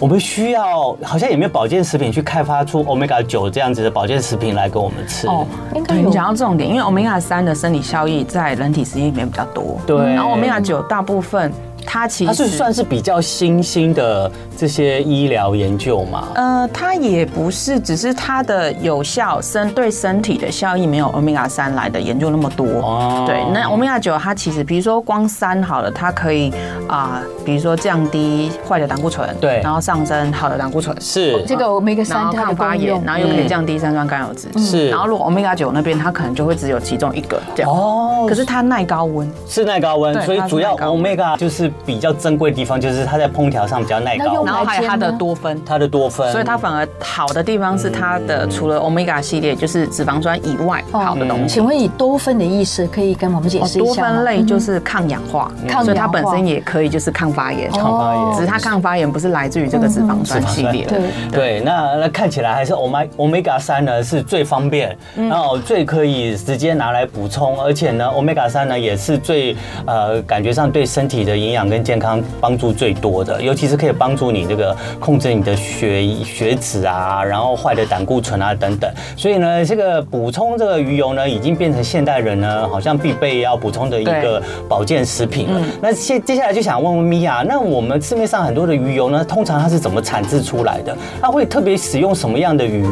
S2: 我们需要好像也没有保健食品去开发出 omega 九这样子的保健食品来给我们吃。
S3: 哦
S1: 应，该
S3: 对
S1: 有
S3: 你讲到重点，因为 omega 三的生理效益在人体实验里面比较多，
S2: 对
S3: 然后 omega 九大部分它其
S2: 它
S3: 实
S2: 是算是比较新兴的这些医疗研究嘛？
S3: 呃，它也不是，只是它的有效身对身体的效益没有 omega 三来的研究那么多。
S2: 哦
S3: 对，那 omega 九它其实，比如说光三好了，它可以啊、比如说降低坏的胆固醇，
S2: 对
S3: 然后上升好的胆固醇，
S2: 是
S1: 这个 omega
S3: 然
S1: 三
S3: 后
S1: 它
S3: 抗
S1: 的
S3: 发
S1: 功
S3: 炎
S1: 用，，嗯
S3: 然后又可以降低三酸甘油酯。
S2: 嗯是
S3: 然后如果 omega 九那边，它可能就会只有其中一个这样。
S2: 哦
S3: 可是它耐高温，
S2: 是耐高温，
S3: 对
S2: 所以
S3: 它是
S2: 主要
S3: 耐高温
S2: omega 就是比较珍贵的地方，就是它在烹调上比较耐
S1: 那
S2: 高
S1: 用
S3: 然
S2: 温，
S3: 后还有
S1: 哪
S3: 它
S1: 一
S3: 的
S1: 间呢
S3: 多酚，
S2: 它的多酚，
S3: 所以它反而好的地方是它的除了 omega 系列，就是脂肪酸以外
S1: 哦
S3: 好的东西。
S1: 请问以多酚的意思，可以跟我们解
S3: 哦
S1: 释一
S3: 多
S1: 下
S3: 酚
S1: 吗？嗯
S3: 类就是抗氧化，
S1: 抗氧化哦
S3: 所以它本身也可以就是抗发炎，
S2: 抗发炎
S3: 只是它抗发炎不是来自于这个脂肪酸系列
S1: 对
S3: 的。
S2: 对，那那看起来还是 omega omega 三呢是最方便，
S3: 嗯
S2: 然后最可以直接拿来补充，而且呢 omega 三呢也是最呃感觉上对身体的营养养跟健康帮助最多的，尤其是可以帮助你这个控制你的血血脂啊，然后坏的胆固醇啊等等。所以呢，这个补充这个鱼油呢，已经变成现代人呢好像必备要补充的一个保健食品
S3: 嗯
S2: 了。那接接下来就想问问米娅，那我们市面上很多的鱼油呢，通常它是怎么产制出来的？它会特别使用什么样的鱼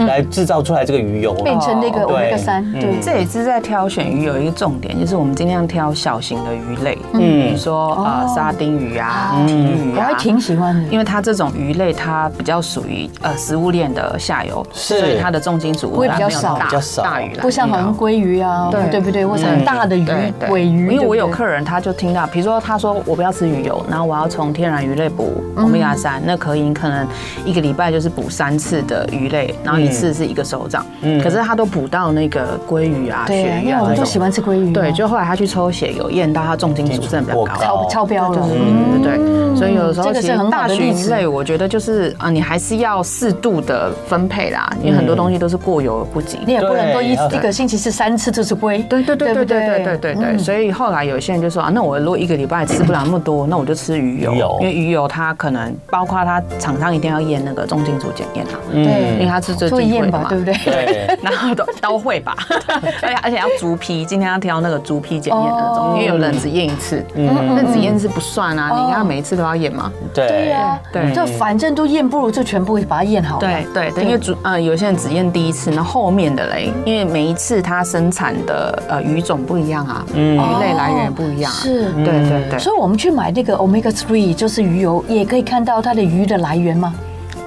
S3: 嗯
S2: 来制造出来这个鱼油呢？
S1: 变成那个
S3: 哦
S2: 对
S1: omega 三，
S2: 嗯
S1: 对，
S3: 这也是在挑选鱼有一个重点，就是我们尽量挑小型的鱼类，比如说啊
S1: 嗯哦
S3: 沙丁鱼啊、鲫鱼
S1: 我还
S3: 啊。
S1: 挺喜欢的，
S3: 因为它这种鱼类，它比较属于呃食物链的下游，
S2: 是
S3: 所以它的重金属污
S1: 会
S3: 染
S1: 比较
S3: 没有
S1: 少
S3: 大
S2: 比较少
S3: 大鱼来
S1: 不像好像鲑鱼啊，
S3: 对嗯
S1: 对不对？或者很大的鱼
S3: 对、对
S1: 尾鱼，
S3: 因为我
S1: 对
S3: 有
S1: 不对
S3: 客人，他就听到，比如说他说我不要吃鱼油，然后我要从天然鱼类补
S1: 嗯
S3: 欧米伽三，那可以，你可能一个礼拜就是补三次的鱼类，然
S1: 嗯
S3: 后一次是一个手掌，可是他都补到那个鲑鱼啊、
S1: 对啊，
S3: 鳕鱼
S1: 因为
S3: 啊
S1: 我
S3: 那
S1: 们都
S3: 种，
S1: 喜欢吃鲑鱼啊，
S3: 对，就后来他去抽血有验到他重金属症比较
S2: 过高
S3: 高。
S1: 超超标了。
S3: 对嗯对对，所以有的时候
S1: 这个
S3: 其
S1: 是
S3: 实
S1: 很好
S3: 大
S1: 的例
S3: 型
S1: 子
S3: 鱼类，我觉得就是啊，你还是要适度的分配啦，因为很
S1: 嗯
S3: 多东西都是过犹不及。
S1: 你也不能够一一
S2: 对
S1: 个星期吃三次这是龟，
S3: 对对对
S1: 不嗯
S3: 对对对对对对，所以后来有些人就说啊，那我如果一个礼拜吃不了那么多，那我就吃鱼油
S2: 鱼油，
S3: 因为鱼油它可能包括它厂商一定要验那个重金属检验啊，
S1: 嗯
S3: 因为
S1: 对，
S3: 它是最
S1: 做
S3: 金贵
S1: 验
S3: 的
S1: 吧，
S3: 嘛
S1: 对。不对？
S2: 对，
S3: 然后都都 会吧，而且而且要逐批，今天要挑那个逐批检验的那
S1: 哦
S3: 种，因为有人只验一次，那只验一次不算啊，你应该每一次都要验嘛。
S2: 对
S1: 对呀，
S3: 对嗯
S1: 就反正都验，不如就全部把它验好了。
S3: 对对对，因为主呃有些人只验第一次，那后面的嘞，因为每一次它生产的呃鱼种不一样啊，鱼类来源也不一样啊，
S1: 哦是。
S3: 对对对。
S1: 所以我们去买那个 omega three，就是鱼油，也可以看到它的鱼的来源吗？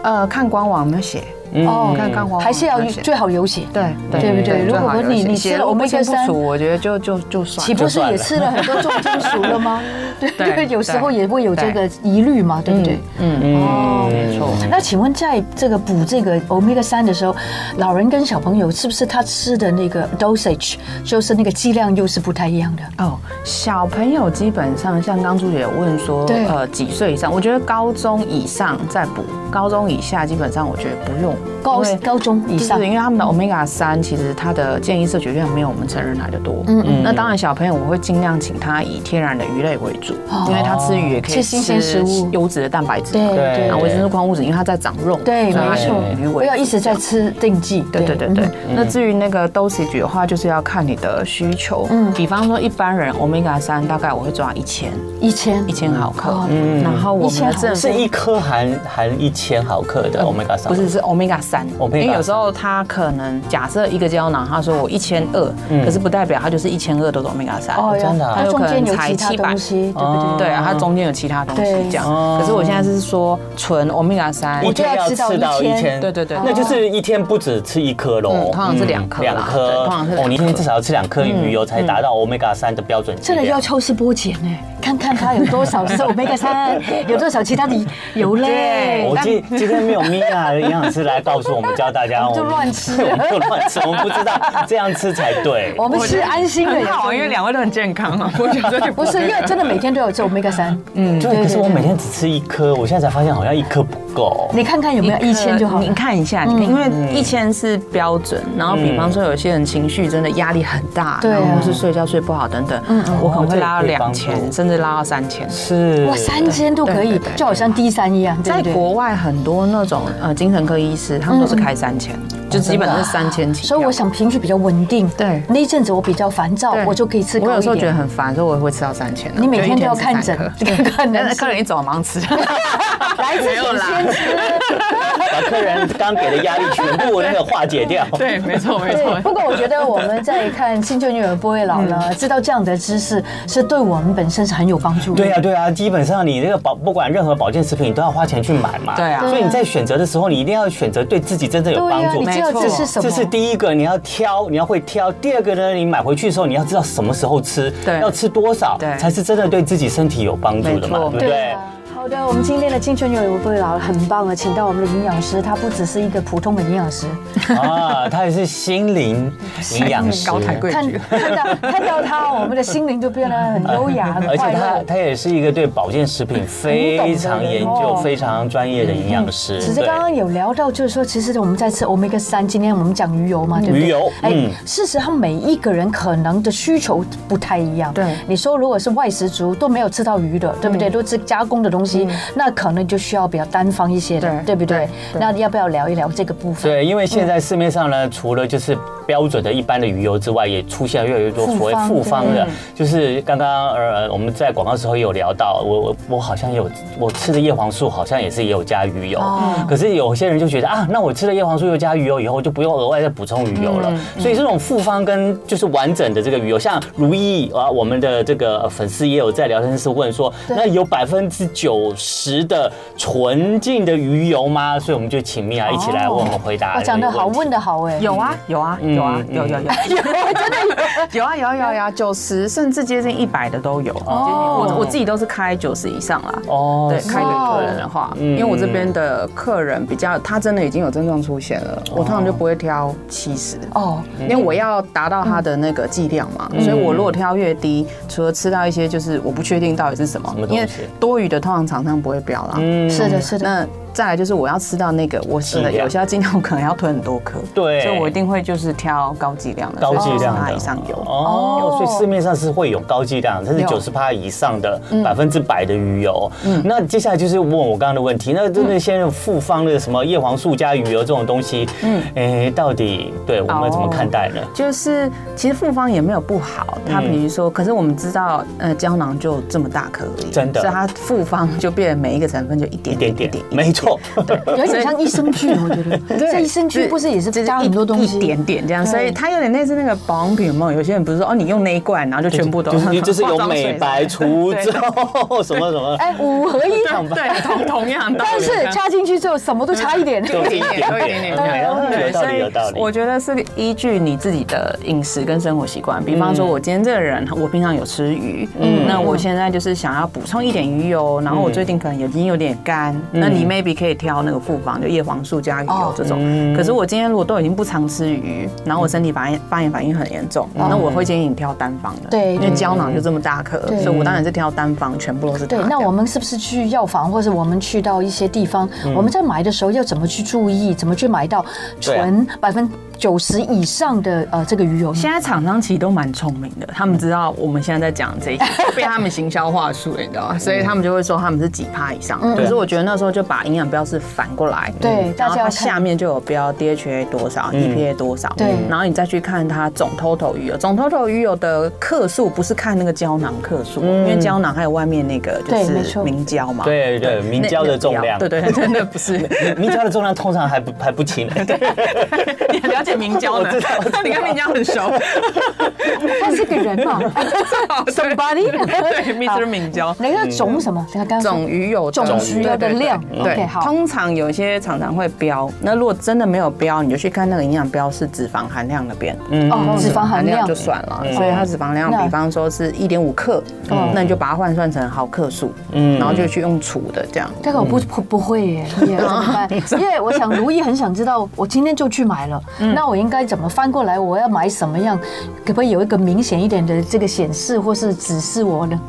S3: 呃，看官网有没有写，
S1: 哦
S3: 看看官网
S1: 还是要
S3: 有没有写
S1: 最好有写。
S3: 嗯对
S1: 对不对如
S3: 最
S1: 果
S3: 好有
S1: 你
S3: 写
S1: 你吃
S3: 写
S1: 了
S3: 了不
S1: omega
S3: 清不
S1: 三
S3: 楚，我觉得就就就算
S1: 岂
S3: 了。
S1: 不是
S2: 就算
S1: 也
S2: 了
S1: 吃了很多重金属了 吗？
S3: 对
S1: 对，有时候
S3: 对
S1: 也会有这个疑虑嘛，对不对？
S3: 嗯，
S1: 哦，
S3: 没错。
S1: 那请问，在这个补这个 omega 三的时候，老人跟小朋友是不是他吃的那个 dosage，就是那个剂量又是不太一样的？
S3: 哦，小朋友基本上像刚朱姐有问说，
S1: 对
S3: 呃，几岁以上？我觉得高中以上再补，高中以下基本上我觉得不用。
S1: 高
S3: 因为
S1: 高中以上
S3: 就是因为他们的 omega 三，其实它的建议摄取量没有我们成人来的多。嗯嗯。那当然，小朋友我会尽量请他以天然的鱼类为主，因为他吃鱼也可以
S1: 哦吃新鲜食物
S3: 优质的蛋白质
S1: 对
S3: 嘛。
S1: 对
S3: 啊，维生素、矿物质，因为它在长肉，
S1: 对，
S3: 所以它
S1: 没
S3: 以鱼
S1: 错，不
S3: 为
S1: 要一直在吃定剂。
S3: 对对对对，那至于那个 dosage 的话，就是要看你的需求。嗯，比方说一般人 omega 三大概我会抓一千
S1: 一千
S3: 一千毫克
S1: 哦，
S3: 嗯，然后我们的
S1: 1000
S3: 政府
S2: 是一颗含含一千毫克的 omega 三，
S3: 嗯不是是 omega 三，因
S2: omega
S3: 为有时候他可能假设一个胶囊，他说我一千二，
S2: 嗯
S3: 可是不代表他就是一千二都是 omega 三，
S2: 真的啊
S1: 哦它中间有其他东西，对不对？
S2: 哦
S3: 对啊，它中间有其他东西
S1: 对
S3: 这样。可是我现在是说纯 omega 三，
S2: 一
S1: 就
S2: 天
S1: 要
S2: 要
S1: 吃到
S2: 吃到一
S1: 1000
S2: 千，
S3: 对对对
S2: 那就是一天不止吃一颗喽，
S3: 嗯通常是两颗啦
S2: 两颗，
S3: 对通常是两颗嗯
S2: 哦，你一天至少要吃两颗鱼油才达到 omega 三的标准剂
S1: 这
S2: 量。
S1: 个要抽丝剥茧呢，看看它有多少是 omega 三， 有多少其他的油类
S3: 对。
S2: 我今今天没有米 娅营养师来告诉我们教大家，
S1: 我们就
S2: 我们
S1: 乱吃
S2: 我们就乱吃，我们不知道这样吃才对。
S1: 我们吃安心的也
S3: 很
S1: 是，
S3: 好，因为两位都很健康 啊，我觉得就
S1: 不是因为真的每天都有吃 omega 三，嗯，
S2: 对，可是我每天只吃一颗，我现在才发现好像一颗不够。
S1: 你看看有没有一千就好了嗯
S3: 你。看一下，你看，因
S2: 嗯
S3: 为一千是标准，然后比方说有些人情绪真的压力很大，
S1: 对啊嗯
S3: 然后或是睡觉睡不好等等，我可能会
S2: 哦
S3: 拉到
S2: 这也可以帮
S3: 两
S2: 助
S3: 千，甚至拉到三千。
S2: 是
S1: 哇，三千都可以
S3: 对对对，对
S1: 就好像 D 三一样，对嗯
S3: 在
S1: 不对？
S3: 国外很多那种呃精神科医师，他们都是开三千，
S1: 嗯
S3: 就基本
S1: 哦
S3: 上是三千起
S1: 啊
S3: 跳。
S1: 所以我想情绪比较稳定。
S3: 对
S1: 那一阵子我比较烦躁
S3: 对，
S1: 我就可以吃高一
S3: 我
S1: 点。
S3: 有时候觉得很烦，所以我也会吃到三千啊。
S1: 你每
S3: 就一
S1: 天都要
S3: 吃
S1: 看
S3: 三
S1: 诊
S3: 颗，
S1: 看 看
S3: 但是
S1: 诊，
S3: 客人一走我忙吃。
S1: 来之
S3: 没有
S1: 前
S3: 啦
S1: 先吃。
S2: 把客人刚给的压力全部那个化解掉。
S3: 对，没错没错
S1: 对，。不过我觉得我们在看《青春女儿不会老》
S3: 嗯
S1: 呢，知道这样的知识是对我们本身是很有帮助的。
S2: 对啊呀、对呀、基本上你这个保不管任何保健食品，你都要花钱去买嘛。
S3: 对啊
S2: 所以你在选择的时候，你一定要选择对自己真正有
S1: 对
S2: 帮
S1: 呀，
S2: 助
S1: 你。
S3: 没
S1: 知道这
S3: 错
S1: 是什么？
S2: 这是第一个，你要挑，你要会挑。第二个呢，你买回去的时候，你要知道什么时候吃，
S3: 对
S2: 要吃多少，
S3: 对
S2: 才是真的对自己身体有帮助的嘛，对
S3: 没错
S2: 不
S1: 对
S2: 对
S1: 啊？
S2: 好
S1: 好的，我们今天的青春有你不会老很棒了，请到我们的营养师，他不只是一个普通的营养师，
S2: 啊，他也是心灵营养师，
S4: 高抬贵
S1: 看
S4: 举。
S1: 看到看到他，我们的心灵就变得很优雅、很
S2: 而且
S1: 快
S2: 他
S1: 乐。
S2: 他也是一个对保健食品非常研
S1: 很懂的
S2: 究、
S1: 人哦嗯
S2: 非常专业的营养师。
S1: 只是
S2: 对
S1: 刚刚有聊到，就是说，其实我们在吃 omega 三，今天我们讲鱼油嘛，对不对？哎
S2: 鱼油嗯
S1: 事实上每一个人可能的需求不太一样。
S3: 对
S1: 你说如果是外食族都没有吃到鱼的，对不对？都吃加工的东西，那可能就需要比较单方一些的，
S3: 对
S1: 对不对
S3: 对？对
S1: 那要不要聊一聊这个部分？
S2: 对，因为现在市面上呢，除了就是标准的一般的鱼油之外，也出现越来越多所谓
S1: 复
S2: 复
S1: 方
S2: 方的，啊就是刚刚呃我们在广告时候也有聊到，我我我好像也有我吃的叶黄素好像也是也有加鱼油，
S1: 哦
S2: 可是有些人就觉得啊，那我吃了叶黄素又加鱼油以后就不用额外再补充鱼油了，
S1: 嗯
S2: 所以这种复方跟就是完整的这个鱼油，像如意啊，我们的这个粉丝也有在聊天室问说，那有百分之九十的纯净的鱼油吗？所以我们就请米娅一起来为我们回答。
S1: 我哦讲的好，问的好哎，
S3: 有啊，有啊，有啊，
S2: 嗯
S3: 有有有， 真的有啊，有啊有啊有啊，九十甚至接近一百的都有。
S1: 哦
S3: 我我自己都是开九十以上啦。
S2: 哦，
S3: 对，
S2: 是
S3: 开给客人的话，
S1: 嗯
S3: 因为我这边的客人比较，他真的已经有症状出现了，我通常就不会挑七十，
S1: 哦，
S3: 因为我要达到他的那个剂量嘛，
S2: 嗯
S3: 所以我如果挑越低，除了吃到一些就是我不确定到底是什么
S2: 什么，东西
S3: 因为多余的通常厂商不会标啦。
S2: 嗯
S1: 是的，是的。
S3: 那再来就是我要吃到那个，我吃
S2: 剂
S3: 的
S2: 量
S3: 有些尽量我可能要吞很多颗，
S2: 对
S3: 所以我一定会就是挑高剂量的，
S2: 高剂量
S3: 它
S2: 的
S3: 以上有。
S2: 哦，所以市面上是会有高剂量，它是九
S3: 有嗯
S2: 十趴以上的百分之百的鱼油。那接下来就是问我刚刚的问题，那真的现在复方的什么叶黄素加鱼油这种东西，嗯，哎，到底对我们怎么看待呢？
S3: 就是其实复方也没有不好，它比如说，可是我们知道，呃，胶囊就这么大颗而已，
S2: 嗯真的
S3: 所以它复方就变每一个成分就一点
S2: 一点点
S3: 点一点，，
S2: 没错，
S1: 有点像益生菌，我 觉得这益生菌不是也是
S3: 就是
S1: 加很多东西，
S3: 一点点这样，
S1: 对
S3: 所以它有点类似那个保养品，有没有？有些人不是说哦，你用那一罐，然后 就全部都
S2: 就是你就是有
S3: 化妆
S2: 美
S3: 水
S2: 白
S3: 什么
S2: 除
S3: 的对
S2: 皱 什么什么，
S1: 哎，五合一，
S3: 对，同同样道理，
S1: 但是插进去之后什么都差一点。嗯
S2: 都是一点
S3: 都一
S2: 点
S3: 点点，
S2: 对，有道理有道理。
S3: 我觉得是依据你自己的饮食跟生活习惯，比方说，
S1: 嗯
S3: 我今天这个人，我平常有吃鱼，那我现在就是想要补充一点鱼油，然后我最近可能眼睛有点干，
S1: 嗯
S3: 那你 maybe 可以挑那个复方，就叶黄素加鱼油这种。可是我今天如果都已经不常吃鱼，然后我身体发炎发炎反应很严重，那我会建议你挑单方的，
S1: 嗯对
S3: 因为胶囊就这么大颗，
S1: 对
S3: 所以我当然是挑单方，全部都是它
S1: 对
S3: 这，样。
S1: 那我们是不是去药房，或者我们去到一些地方，
S3: 嗯
S1: 我们在买的时候要怎么去注意，怎么去买到
S2: 对啊
S1: 纯百分九十以上的呃这个鱼油呢？
S3: 现在厂商其实都蛮聪明的，他们知道我们现在在讲这 些，被他们行销话术了，你知道吗？所以他们就会说他们是几趴以上。可是我觉得那时候就把营养标示反过来，
S1: 嗯对
S3: 嗯
S1: 大
S3: 然
S1: 家
S3: 后
S1: 要看
S3: 它
S1: 嗯
S3: 下面就有标 DHA 多少，EPA 多少，嗯
S1: 对
S3: 然后你再去看它总 total 鱼油，总 total 鱼油的克数不是看那个胶囊克数，因为胶囊还有外面那个
S1: 嗯
S3: 就
S1: 对没
S3: 是
S1: 错
S3: 明胶嘛，
S2: 对对
S3: 那
S2: 明胶的重量
S3: 那不要对对，真的 不是。
S2: 明胶的重量通常还不还不 轻，
S3: 你很了解明胶的， 你跟明胶很熟。
S1: 他是个人嘛
S3: 嗯
S1: ，somebody，
S3: 对，Mr. 明胶。
S1: 那个种什么？等下刚刚说
S3: 总鱼油的
S1: 哦种鱼油的
S3: 对对对
S1: 量
S3: 对
S1: OK，好
S3: 通常有一些厂商会标，那如果真的没有标，你就去看那个营养标示脂肪含量那边，
S1: 哦，脂肪含量
S3: 嗯就算了。所以它脂肪量，
S1: 那
S3: 比方说是一点五克，那你就把它换算成毫克数，然后就去用除的这样。
S1: 这个我不
S3: 嗯
S1: 不不会耶，也怎么 办？因为我想如意很想知道，我今天就去买了，
S3: 嗯
S1: 那我应该怎么翻过来？我要买什么样？可不可以有一个明显一点的这个显示或是指示我呢？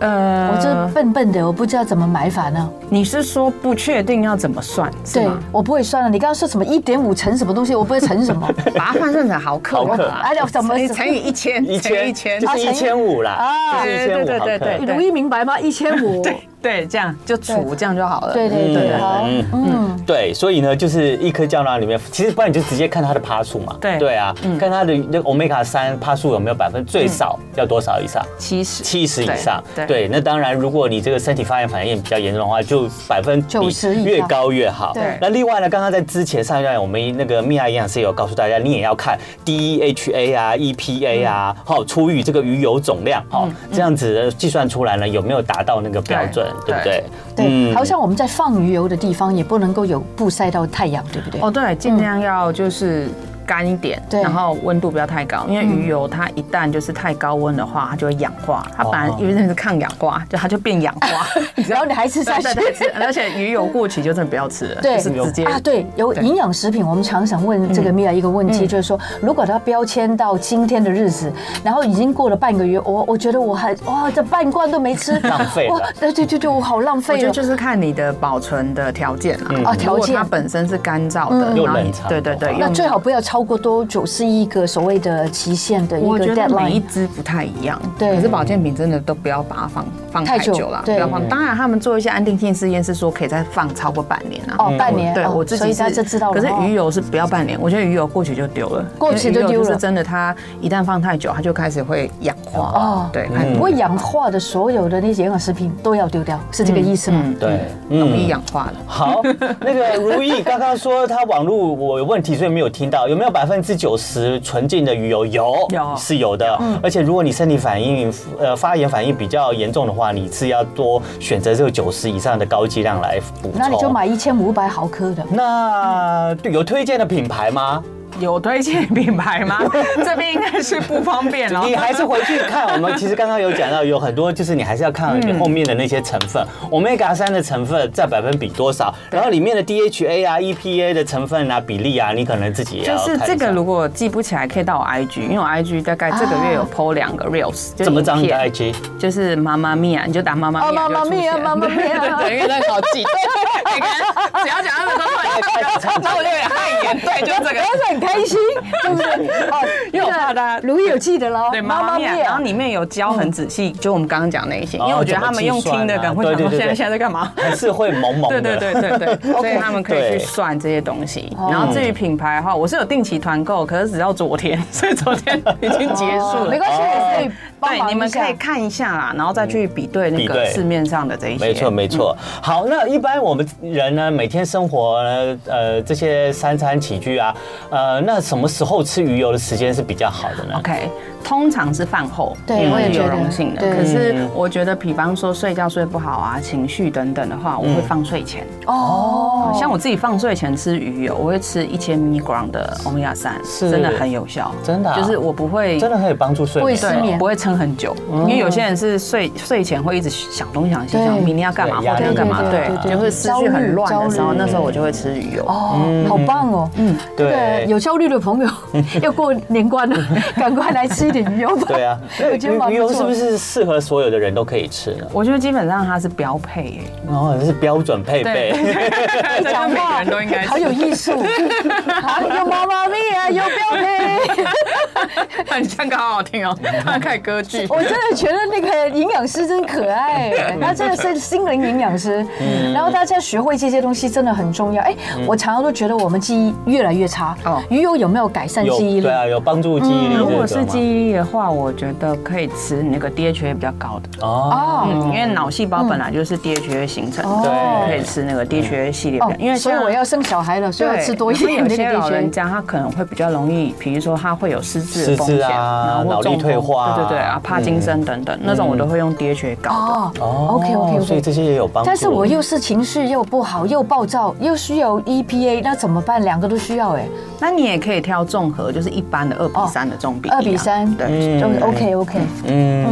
S3: 呃
S1: 我这笨笨的，我不知道怎么买法呢。
S3: 你是说不确定要怎么算是
S1: 对
S3: 吗？，
S1: 我不会算了。你刚刚说什么一点五乘什么东西，我不会乘 什么。
S3: 把它换算成毫克，
S2: 毫克
S1: 哎呀怎么
S3: 乘以乘以一千，
S2: 一
S3: 乘
S2: 千
S3: 以一千
S2: 就，是一千五啦，
S1: 啊
S2: 就是一千五
S3: 对对
S2: 毫
S3: 对对
S2: 克
S3: 对。
S1: 如意明白吗？一千五。对
S3: 对，这样就除，这样就好了。
S1: 对对对，啊
S2: 嗯
S1: 好，
S2: 嗯
S1: 嗯，
S2: 对，所以呢，就是一颗胶囊里面，其实不然你就直接看它的趴数嘛。
S3: 对
S2: 对啊，
S1: 嗯
S2: 看它的那个 omega 三趴数有没有百分最少要多少以上？
S3: 七十，
S2: 七十以上。
S3: 对对
S2: 对，那当然，如果你这个身体发炎反应比较严重的话，就百分比
S1: 90以上
S2: 越高越好。
S1: 对
S2: 那另外呢，刚刚在之前上一段我们那个蜜亚营养师有告诉大家，你也要看 DHA 啊、EPA 啊，
S1: 嗯
S2: 好，除以这个鱼油总量，好，这样子计算出来呢，有没有达到那个标准，对
S3: 对
S2: 不对？
S1: 对，
S2: 嗯
S1: 好像我们在
S3: 哦
S1: 放鱼油的地方也不能够有曝晒到太阳，对不对？
S3: 哦，对，尽量要就是。干一点，
S1: 嗯对
S3: 然后温度不要太高，因为鱼油它一旦就是太高温的话，它就会氧化，它本来
S2: 哦
S3: 因为那是抗氧化，就它就变氧 化，你知道
S1: 然后你还吃下去
S3: 对对对吃而且鱼油过期就真的不要吃了，
S1: 对
S3: 就是直接
S1: 啊，对，有
S3: 对嗯
S1: 营养食品，我们常想问这个米娅一个问题，就是说，如果它标签到今天的日子，然后已经过了半个月，我我觉得我还哇，这半罐都没吃，
S2: 浪费了
S1: 哇，对对对对，我好浪
S3: 我
S1: 费哦
S3: 觉得
S1: 了。
S3: 就是看你的保存的条件啦。
S1: 啊
S3: 如
S1: 条
S3: 果
S1: 件嗯
S3: 它本身是干燥的，
S2: 又
S3: 然后你
S2: 冷藏
S3: 对对对，
S2: 的话
S1: 那
S3: 又
S1: 最好不要超过多久是一个所谓的期限的一
S3: 我
S1: 个
S3: 觉得每一
S1: deadline。
S3: 支不太一样，
S1: 对
S3: 可是保健品真的都不要把它放放
S1: 太
S3: 太
S1: 久
S3: 久了，不
S1: 对
S3: 要放。当然，他们做一些安定性试验是说可以再放超过半年啊。
S1: 哦，半年，
S3: 对
S1: 哦
S3: 我自
S1: 所
S3: 己
S1: 以大家知道了。
S3: 可是鱼
S1: 哦
S3: 油是不要半年，我觉得鱼油过期就丢了，
S1: 过期就丢了
S3: 因为鱼油是真的，它一旦放太久，它就开始会氧化。
S1: 哦
S3: 对，
S2: 嗯
S1: 不过氧化的所有的那些营养食品都要丢掉，是这个意思吗？
S3: 嗯，
S2: 对
S3: 嗯容
S2: 嗯
S3: 易氧化了。
S2: 好，那个如意刚刚说她网络我有问题，所以没有听到，有没有百分之九十纯净的鱼油？有，
S3: 有
S2: 是有的。
S1: 嗯
S2: 而且如果你身体反应呃发炎反应比较严重的话，你是要多选择这个九十以上的高剂量来补充。
S1: 那你就。买一千五百毫克 的。
S2: 那对有推荐的品牌吗？
S3: 有推荐品牌 吗？这边应该是不方便 哦。
S2: 你还是回去看，我们其实刚刚有讲到，有很多就是你还是要看嗯你后面的那些成分，omega 三的成分占百分比多少，然后里面的 DHA 啊、EPA 的成分啊、比例啊，你可能自己也要
S3: 就是
S2: 看一
S3: 这个，
S2: 下
S3: 如果记不起来，可以到我 IG，因为我 IG 大概这个月有 PO 两个 reels，就
S2: 怎么长
S3: 影
S2: 你的
S3: 片
S2: IG？
S3: 就是妈妈咪啊呀，你就打妈妈咪呀，
S1: 哦妈妈咪呀妈妈咪呀
S3: 对，因为那个好记，对，每个 人只要讲他们都
S2: 哎
S3: 会，然后看 到我就有点汗颜，对，就是这个。
S1: 但是哎很开心，对不对？哦，
S3: 因为我怕大家
S1: 如意有记得喽，
S3: 对妈妈咪呀，
S1: 咪呀
S3: 然后里面有教很仔细，
S1: 嗯
S3: 就我们刚刚讲那一些，因为我觉得他们用听的可能会
S2: 哦
S3: 想
S2: 怎么计算啊对对对
S3: 说现在
S2: 对
S3: 现在在干嘛？
S2: 还是会萌萌
S3: 对
S2: 的。
S3: 对对对 对，所以他们可以
S2: 对
S3: 去算这些东西。
S1: 哦
S3: 然
S2: 嗯
S3: 后至于品牌的话，我是有定期团购，可是只到昨天，所以昨天已经结束
S1: 哦
S3: 了
S1: 没。关系，
S2: 哦
S1: 也可以帮
S3: 对，
S1: 忙
S3: 你们
S1: 一下
S3: 可以看一下啦，然后再去比对那
S2: 比
S3: 个
S2: 对
S3: 市面上的这一
S2: 嗯
S3: 些。
S2: 没错，没错。好，那一般我们人呢，每天生活呢，呃，这些三餐起居啊，呃，那什么时候吃鱼油的时间是比较好的呢？
S3: OK，通常是饭后，
S1: 对
S3: 因
S1: 我
S3: 为
S1: 也觉
S3: 有
S1: 得
S3: 溶性的。
S1: 对
S3: 可是我觉得，比方说睡觉睡不好啊，情绪等等的话，我
S2: 嗯
S3: 会放睡前。
S1: 哦，
S3: 像我自己放睡前吃鱼油，我会吃一千 milligram 的 omega 三，
S2: 是
S3: 真的很有效。
S2: 真的啊
S3: 就是我不会
S2: 真的可以帮助睡
S1: 会
S2: 眠
S1: 失
S2: 吗。
S1: 眠
S3: 不会撑很久，因为有些人是睡睡前会一直想东想西，
S1: 对
S3: 想明天要干嘛，
S2: 对
S3: 后天要干嘛，
S1: 压力
S3: 对
S1: 对，对对
S3: 就会思绪很乱的时
S1: 焦
S3: 候，
S1: 虑
S3: 那时候我就会吃鱼油。
S1: 哦，好棒哦！嗯，
S2: 对
S1: 有焦虑的 朋友要过年关 了，赶快来吃一点鱼油吧。
S2: 对啊，那
S1: 我觉得蛮
S2: 鱼
S1: 不
S2: 鱼油是
S1: 错
S2: 不。是适合所有的人都可以吃呢？
S3: 我觉得基本上它是标配耶，
S2: 然后是标准配备。
S1: 你讲话好有艺术，啊，有妈妈咪啊，有标 配。
S3: 很像歌好好听 哦，突然开始歌剧。
S1: 我真的觉得那个营养师真可爱，他真的是心灵营养师。
S2: 嗯
S1: 然后大家学会这些东西真的很重要。哎，我常常都觉得我们记忆越来越差
S3: 哦。
S1: 鱼油有没有改善
S2: 有
S1: 记忆力
S2: 对？啊，有帮助记忆力这个啊
S3: 嗯如
S2: 吗。
S3: 果是记忆力的话，我觉得可以吃那个 DHA 比较高的，
S2: 哦，
S1: 哦
S3: 嗯，因为脑细胞本来就是 DHA 形成的，
S1: 哦
S3: 可以吃那个 DHA 系列
S1: 哦
S3: 片，，因为
S1: 所以
S3: 像
S1: 我要生小孩了，所以要
S3: 对
S1: 吃多一
S3: 因为
S1: 点
S3: 有
S1: 那
S3: 些
S1: 个
S3: 老人
S1: DHA。
S3: 家他可能会比较容易，比如说他会有失智的风
S2: 失智
S3: 险，
S2: 啊
S3: 然后或
S2: 脑力
S3: 中风
S2: 退化嗯啊
S3: 对对对啊，帕金森等等，那种我都会用 DHA 高
S1: 哦，OK OK
S2: 所
S1: OK
S2: 以。这些也有帮助。
S1: 但是我又是情绪又不好，又暴躁，又需要 EPA，那怎么办？两个都需要哎，
S3: 的。那你也可以挑综合，就是一般的二比三的这种比例啊
S1: 哦二比三，
S3: 对。嗯
S1: 就 OK OK，
S2: 嗯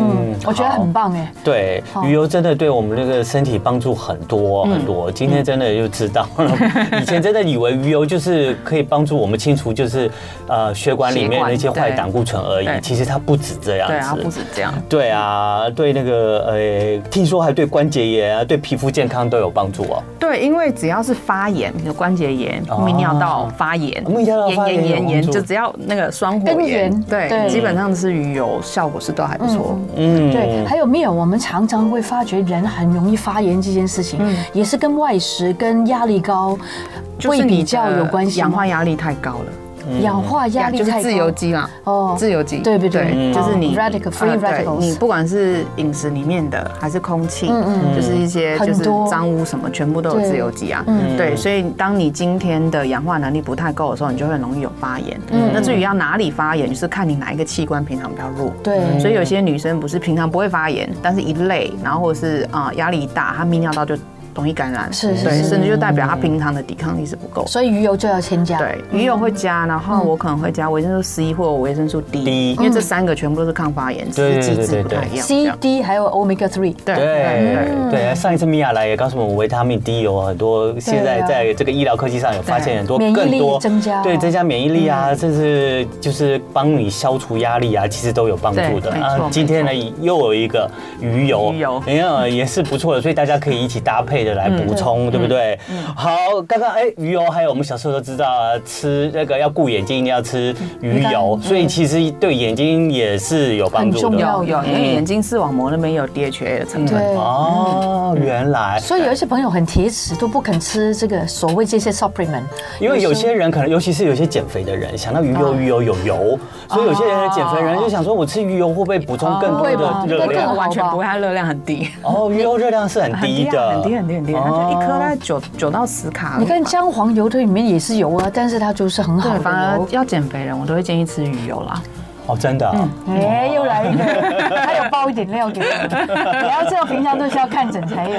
S1: 我觉得
S2: 好
S1: 很棒哎。
S2: 对，鱼油真的对我们这个身体帮助很多很多。今天真的就知道了， 以前真的以为鱼油就是可以帮助我们清除就是呃血管里面的一些坏胆固醇而已
S3: 对，
S2: 其实它不止这样
S3: 对啊，不
S2: 子。
S3: 止这样。
S2: 对啊，对那个呃，听说还对关节炎啊、对皮肤健康都有帮助哦。
S3: 对，因为只要是发炎，比如关节炎、
S2: 哦
S3: 泌尿道发炎、
S2: 泌尿道发炎有帮助
S3: 就只要那个双火
S1: 根
S3: 炎
S1: 源，哎对
S3: 对，基本上吃鱼油效果是都还不错。
S2: 嗯，
S1: 对，还有米尔，我们常常会发觉人很容易发炎这件事情，也是跟外食、跟压力高、
S3: 嗯就是
S1: 会
S3: 你
S1: 比较有关系
S3: 氧化
S1: 吗。
S3: 压力太高了。
S1: 氧化压力
S3: 就是
S1: 太高，
S3: 自由基啦，
S1: 哦
S3: 自由基，
S1: 对对对嗯
S3: 就是你
S1: 哦，radical- free
S3: 啊对
S1: radicals 嗯
S3: 你不管是饮食里面的，还是空气，就是一些就是
S1: 很多
S3: 脏污什么，全部都有
S1: 对嗯
S3: 自由基啊，对，所以当你今天的氧化能力不太够的时候，你就会容易有发炎。
S1: 嗯
S3: 那至于要哪里发炎，就是看你哪一个器官平常比较弱。
S1: 对
S3: 所以呃有些女生不是平常不会发炎，但是一累，然后或者是啊压力一大，她泌尿道就容易感染，
S1: 是是
S3: 对，
S1: 是嗯
S3: 甚至就代表它平常的抵抗力是不够。
S1: 所以鱼油就要添加。
S3: 对，鱼油会加，然后我可能会加维生素 C 或维生素 D，
S2: D
S3: 因为这三个全部都是抗发炎，只
S2: 对
S3: 是
S2: 对对
S3: 机制
S2: 对
S3: 不
S2: 对
S3: 太一样。这
S1: ，C
S3: 样
S1: D 还有 omega three。
S3: 对对
S2: 对对，上一次米娅来也告诉我们，维他命 D 有很多，现在在这个医疗科技上有发现很多
S1: 对免疫
S2: 更
S1: 力
S2: 多
S1: 增加
S2: 对增加免疫力啊，甚至就是帮你消除压力啊，其实都有帮助的啊
S3: 对没错
S2: 今天呢又有一个鱼油，
S3: 鱼油
S2: 哎呀也是不错的，所以大家可以一起搭配的来补充，对不对？好，刚刚哎鱼油还有我们小时候都知道啊，吃那个要顾眼睛一定要吃鱼油，所以其实对眼睛也是有帮助
S1: 很重
S2: 的
S1: 要。
S3: 有有，因为眼睛视网膜那边有 DHA 的成分。
S1: 对，
S2: 哦，原来
S1: 所以有一些朋友很铁齿，都不肯吃这个所谓这些 supplement，
S2: 因为有些人可能，尤其是有些减肥的人，想到鱼油，鱼油有油，
S3: 啊
S2: 所以有些人减肥人就想说，我吃鱼油会不会补充更多
S1: 哦
S2: 的热
S1: 会吧
S2: 量
S1: 更？
S3: 完全不会，它热量很低，
S2: 哦，鱼油热量是很低的，哦
S3: 很低很低很低，它就一颗大概九九到十卡。
S1: 你看姜黄油它里面也是油啊，但是它就是很好
S3: 对，反
S1: 的
S3: 而
S1: 油。
S3: 要减肥人，我都会建议吃鱼油啦。
S2: 哦，真的啊，
S3: 嗯
S1: 哎，又来一 个，它有包一点料给你，你要知道平常都是要看诊才有，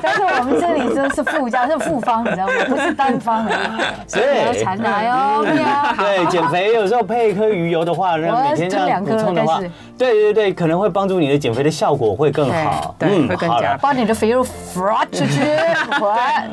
S1: 但是我们这里都是附加，是复方，你知道吗？不是单方而已，所以你要常来哦，对啊。
S2: 对，减肥有时候配一颗鱼油的话，让每天这样补充的话
S1: 我要吃两颗开始，
S2: 对对对，可能会帮助你的减肥的效果会更好，嗯
S3: 对对会更
S2: 好了
S3: 加
S1: 把你的肥肉 fraud 出去，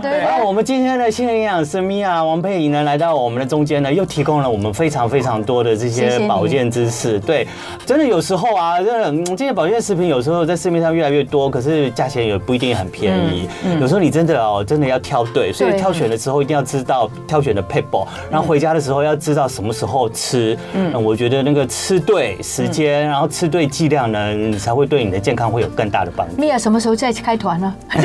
S1: 对
S2: 那我们今天的新人营养师米娅王佩仪呢，来到我们的中间呢，又提供了我们非常非常多的这
S1: 谢谢
S2: 些
S1: 你
S2: 保健知识。对，真的有时候啊，真的嗯这些保健食品有时候在市面上越来越多，可是价钱也不一定很便宜。
S1: 嗯
S2: 有时候你真的哦，真的要挑对，所以
S1: 对
S2: 挑选的时候一定要知道挑选的配方，
S1: 嗯
S2: 然后回家的时候要知道什么时候吃。嗯，我觉得那个吃对时间，然后吃对剂量呢，你才会对你的健康会有更大的帮助。
S1: 米娅什么时候再开团呢？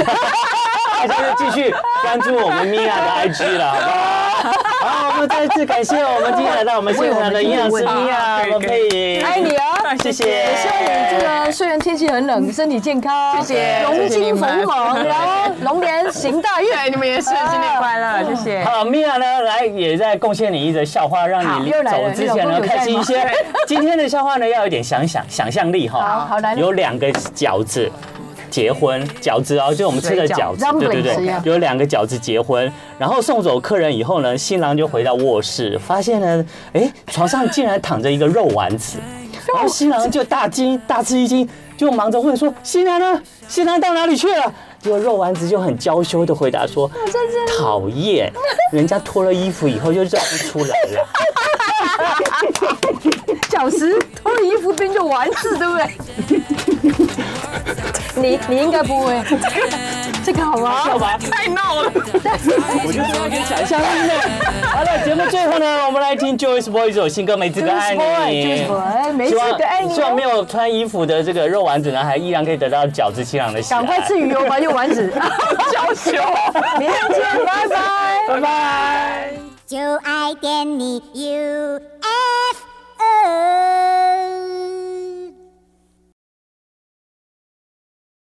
S2: 大家就继续关注我们米娅的 IG 了，好不 好？好，我们再次感谢我们今天来到我们现场的营养师米娅罗佩莹，
S1: 爱你哦。
S2: 哎谢谢，
S1: 也希望你这个虽然天气很冷，身体健康，
S3: 谢谢
S1: 龙精
S3: 谢谢
S1: 逢
S3: 你
S1: 猛，
S3: 们
S1: 然后龙年行大运。
S3: 对，你们也是，新年快乐，谢谢。
S2: 好，米娅呢来也在贡献你一则笑话，让你
S1: 好又来
S2: 走
S1: 了
S2: 之前
S1: 又
S2: 呢
S1: 有
S2: 开心一些。 今天的笑话呢要有点想想想象力哈。
S1: 好好来
S2: 有两个饺子。结婚饺子哦，就我们吃的饺子
S1: 水饺，
S2: 对对
S1: 水
S2: 对
S1: 饺，
S2: 有两个饺子结婚，然后送走客人以后呢，新郎就回到卧室，发现呢，哎，床上竟然躺着一个肉丸 子，然后新郎就大惊大吃一惊，就忙着问说：“新郎呢？新郎到哪里去了？”结果肉丸子就很娇羞的回答说：“讨厌，人家脱了衣服以后就认不出来了。
S1: 小时脱了衣服边就完事，对不对？你你应该不会，这个好”吗？
S2: 好吧，
S3: 太闹了，
S2: 我就说跟想象力呢。好了，节目最后呢，我们来听 Joyce Boys 有新歌《没资格爱你》。
S1: 就是我，哎没资
S2: 希望
S1: 格爱你
S2: 希望没
S1: 哦。
S2: 有穿衣服的这个肉丸子呢，还依然可以得到饺子新郎的喜爱。
S1: 赶快吃鱼油吧，又丸 子。
S3: 娇羞。
S1: 明天见，拜拜。
S2: 拜拜。
S4: 就爱点你 UFO。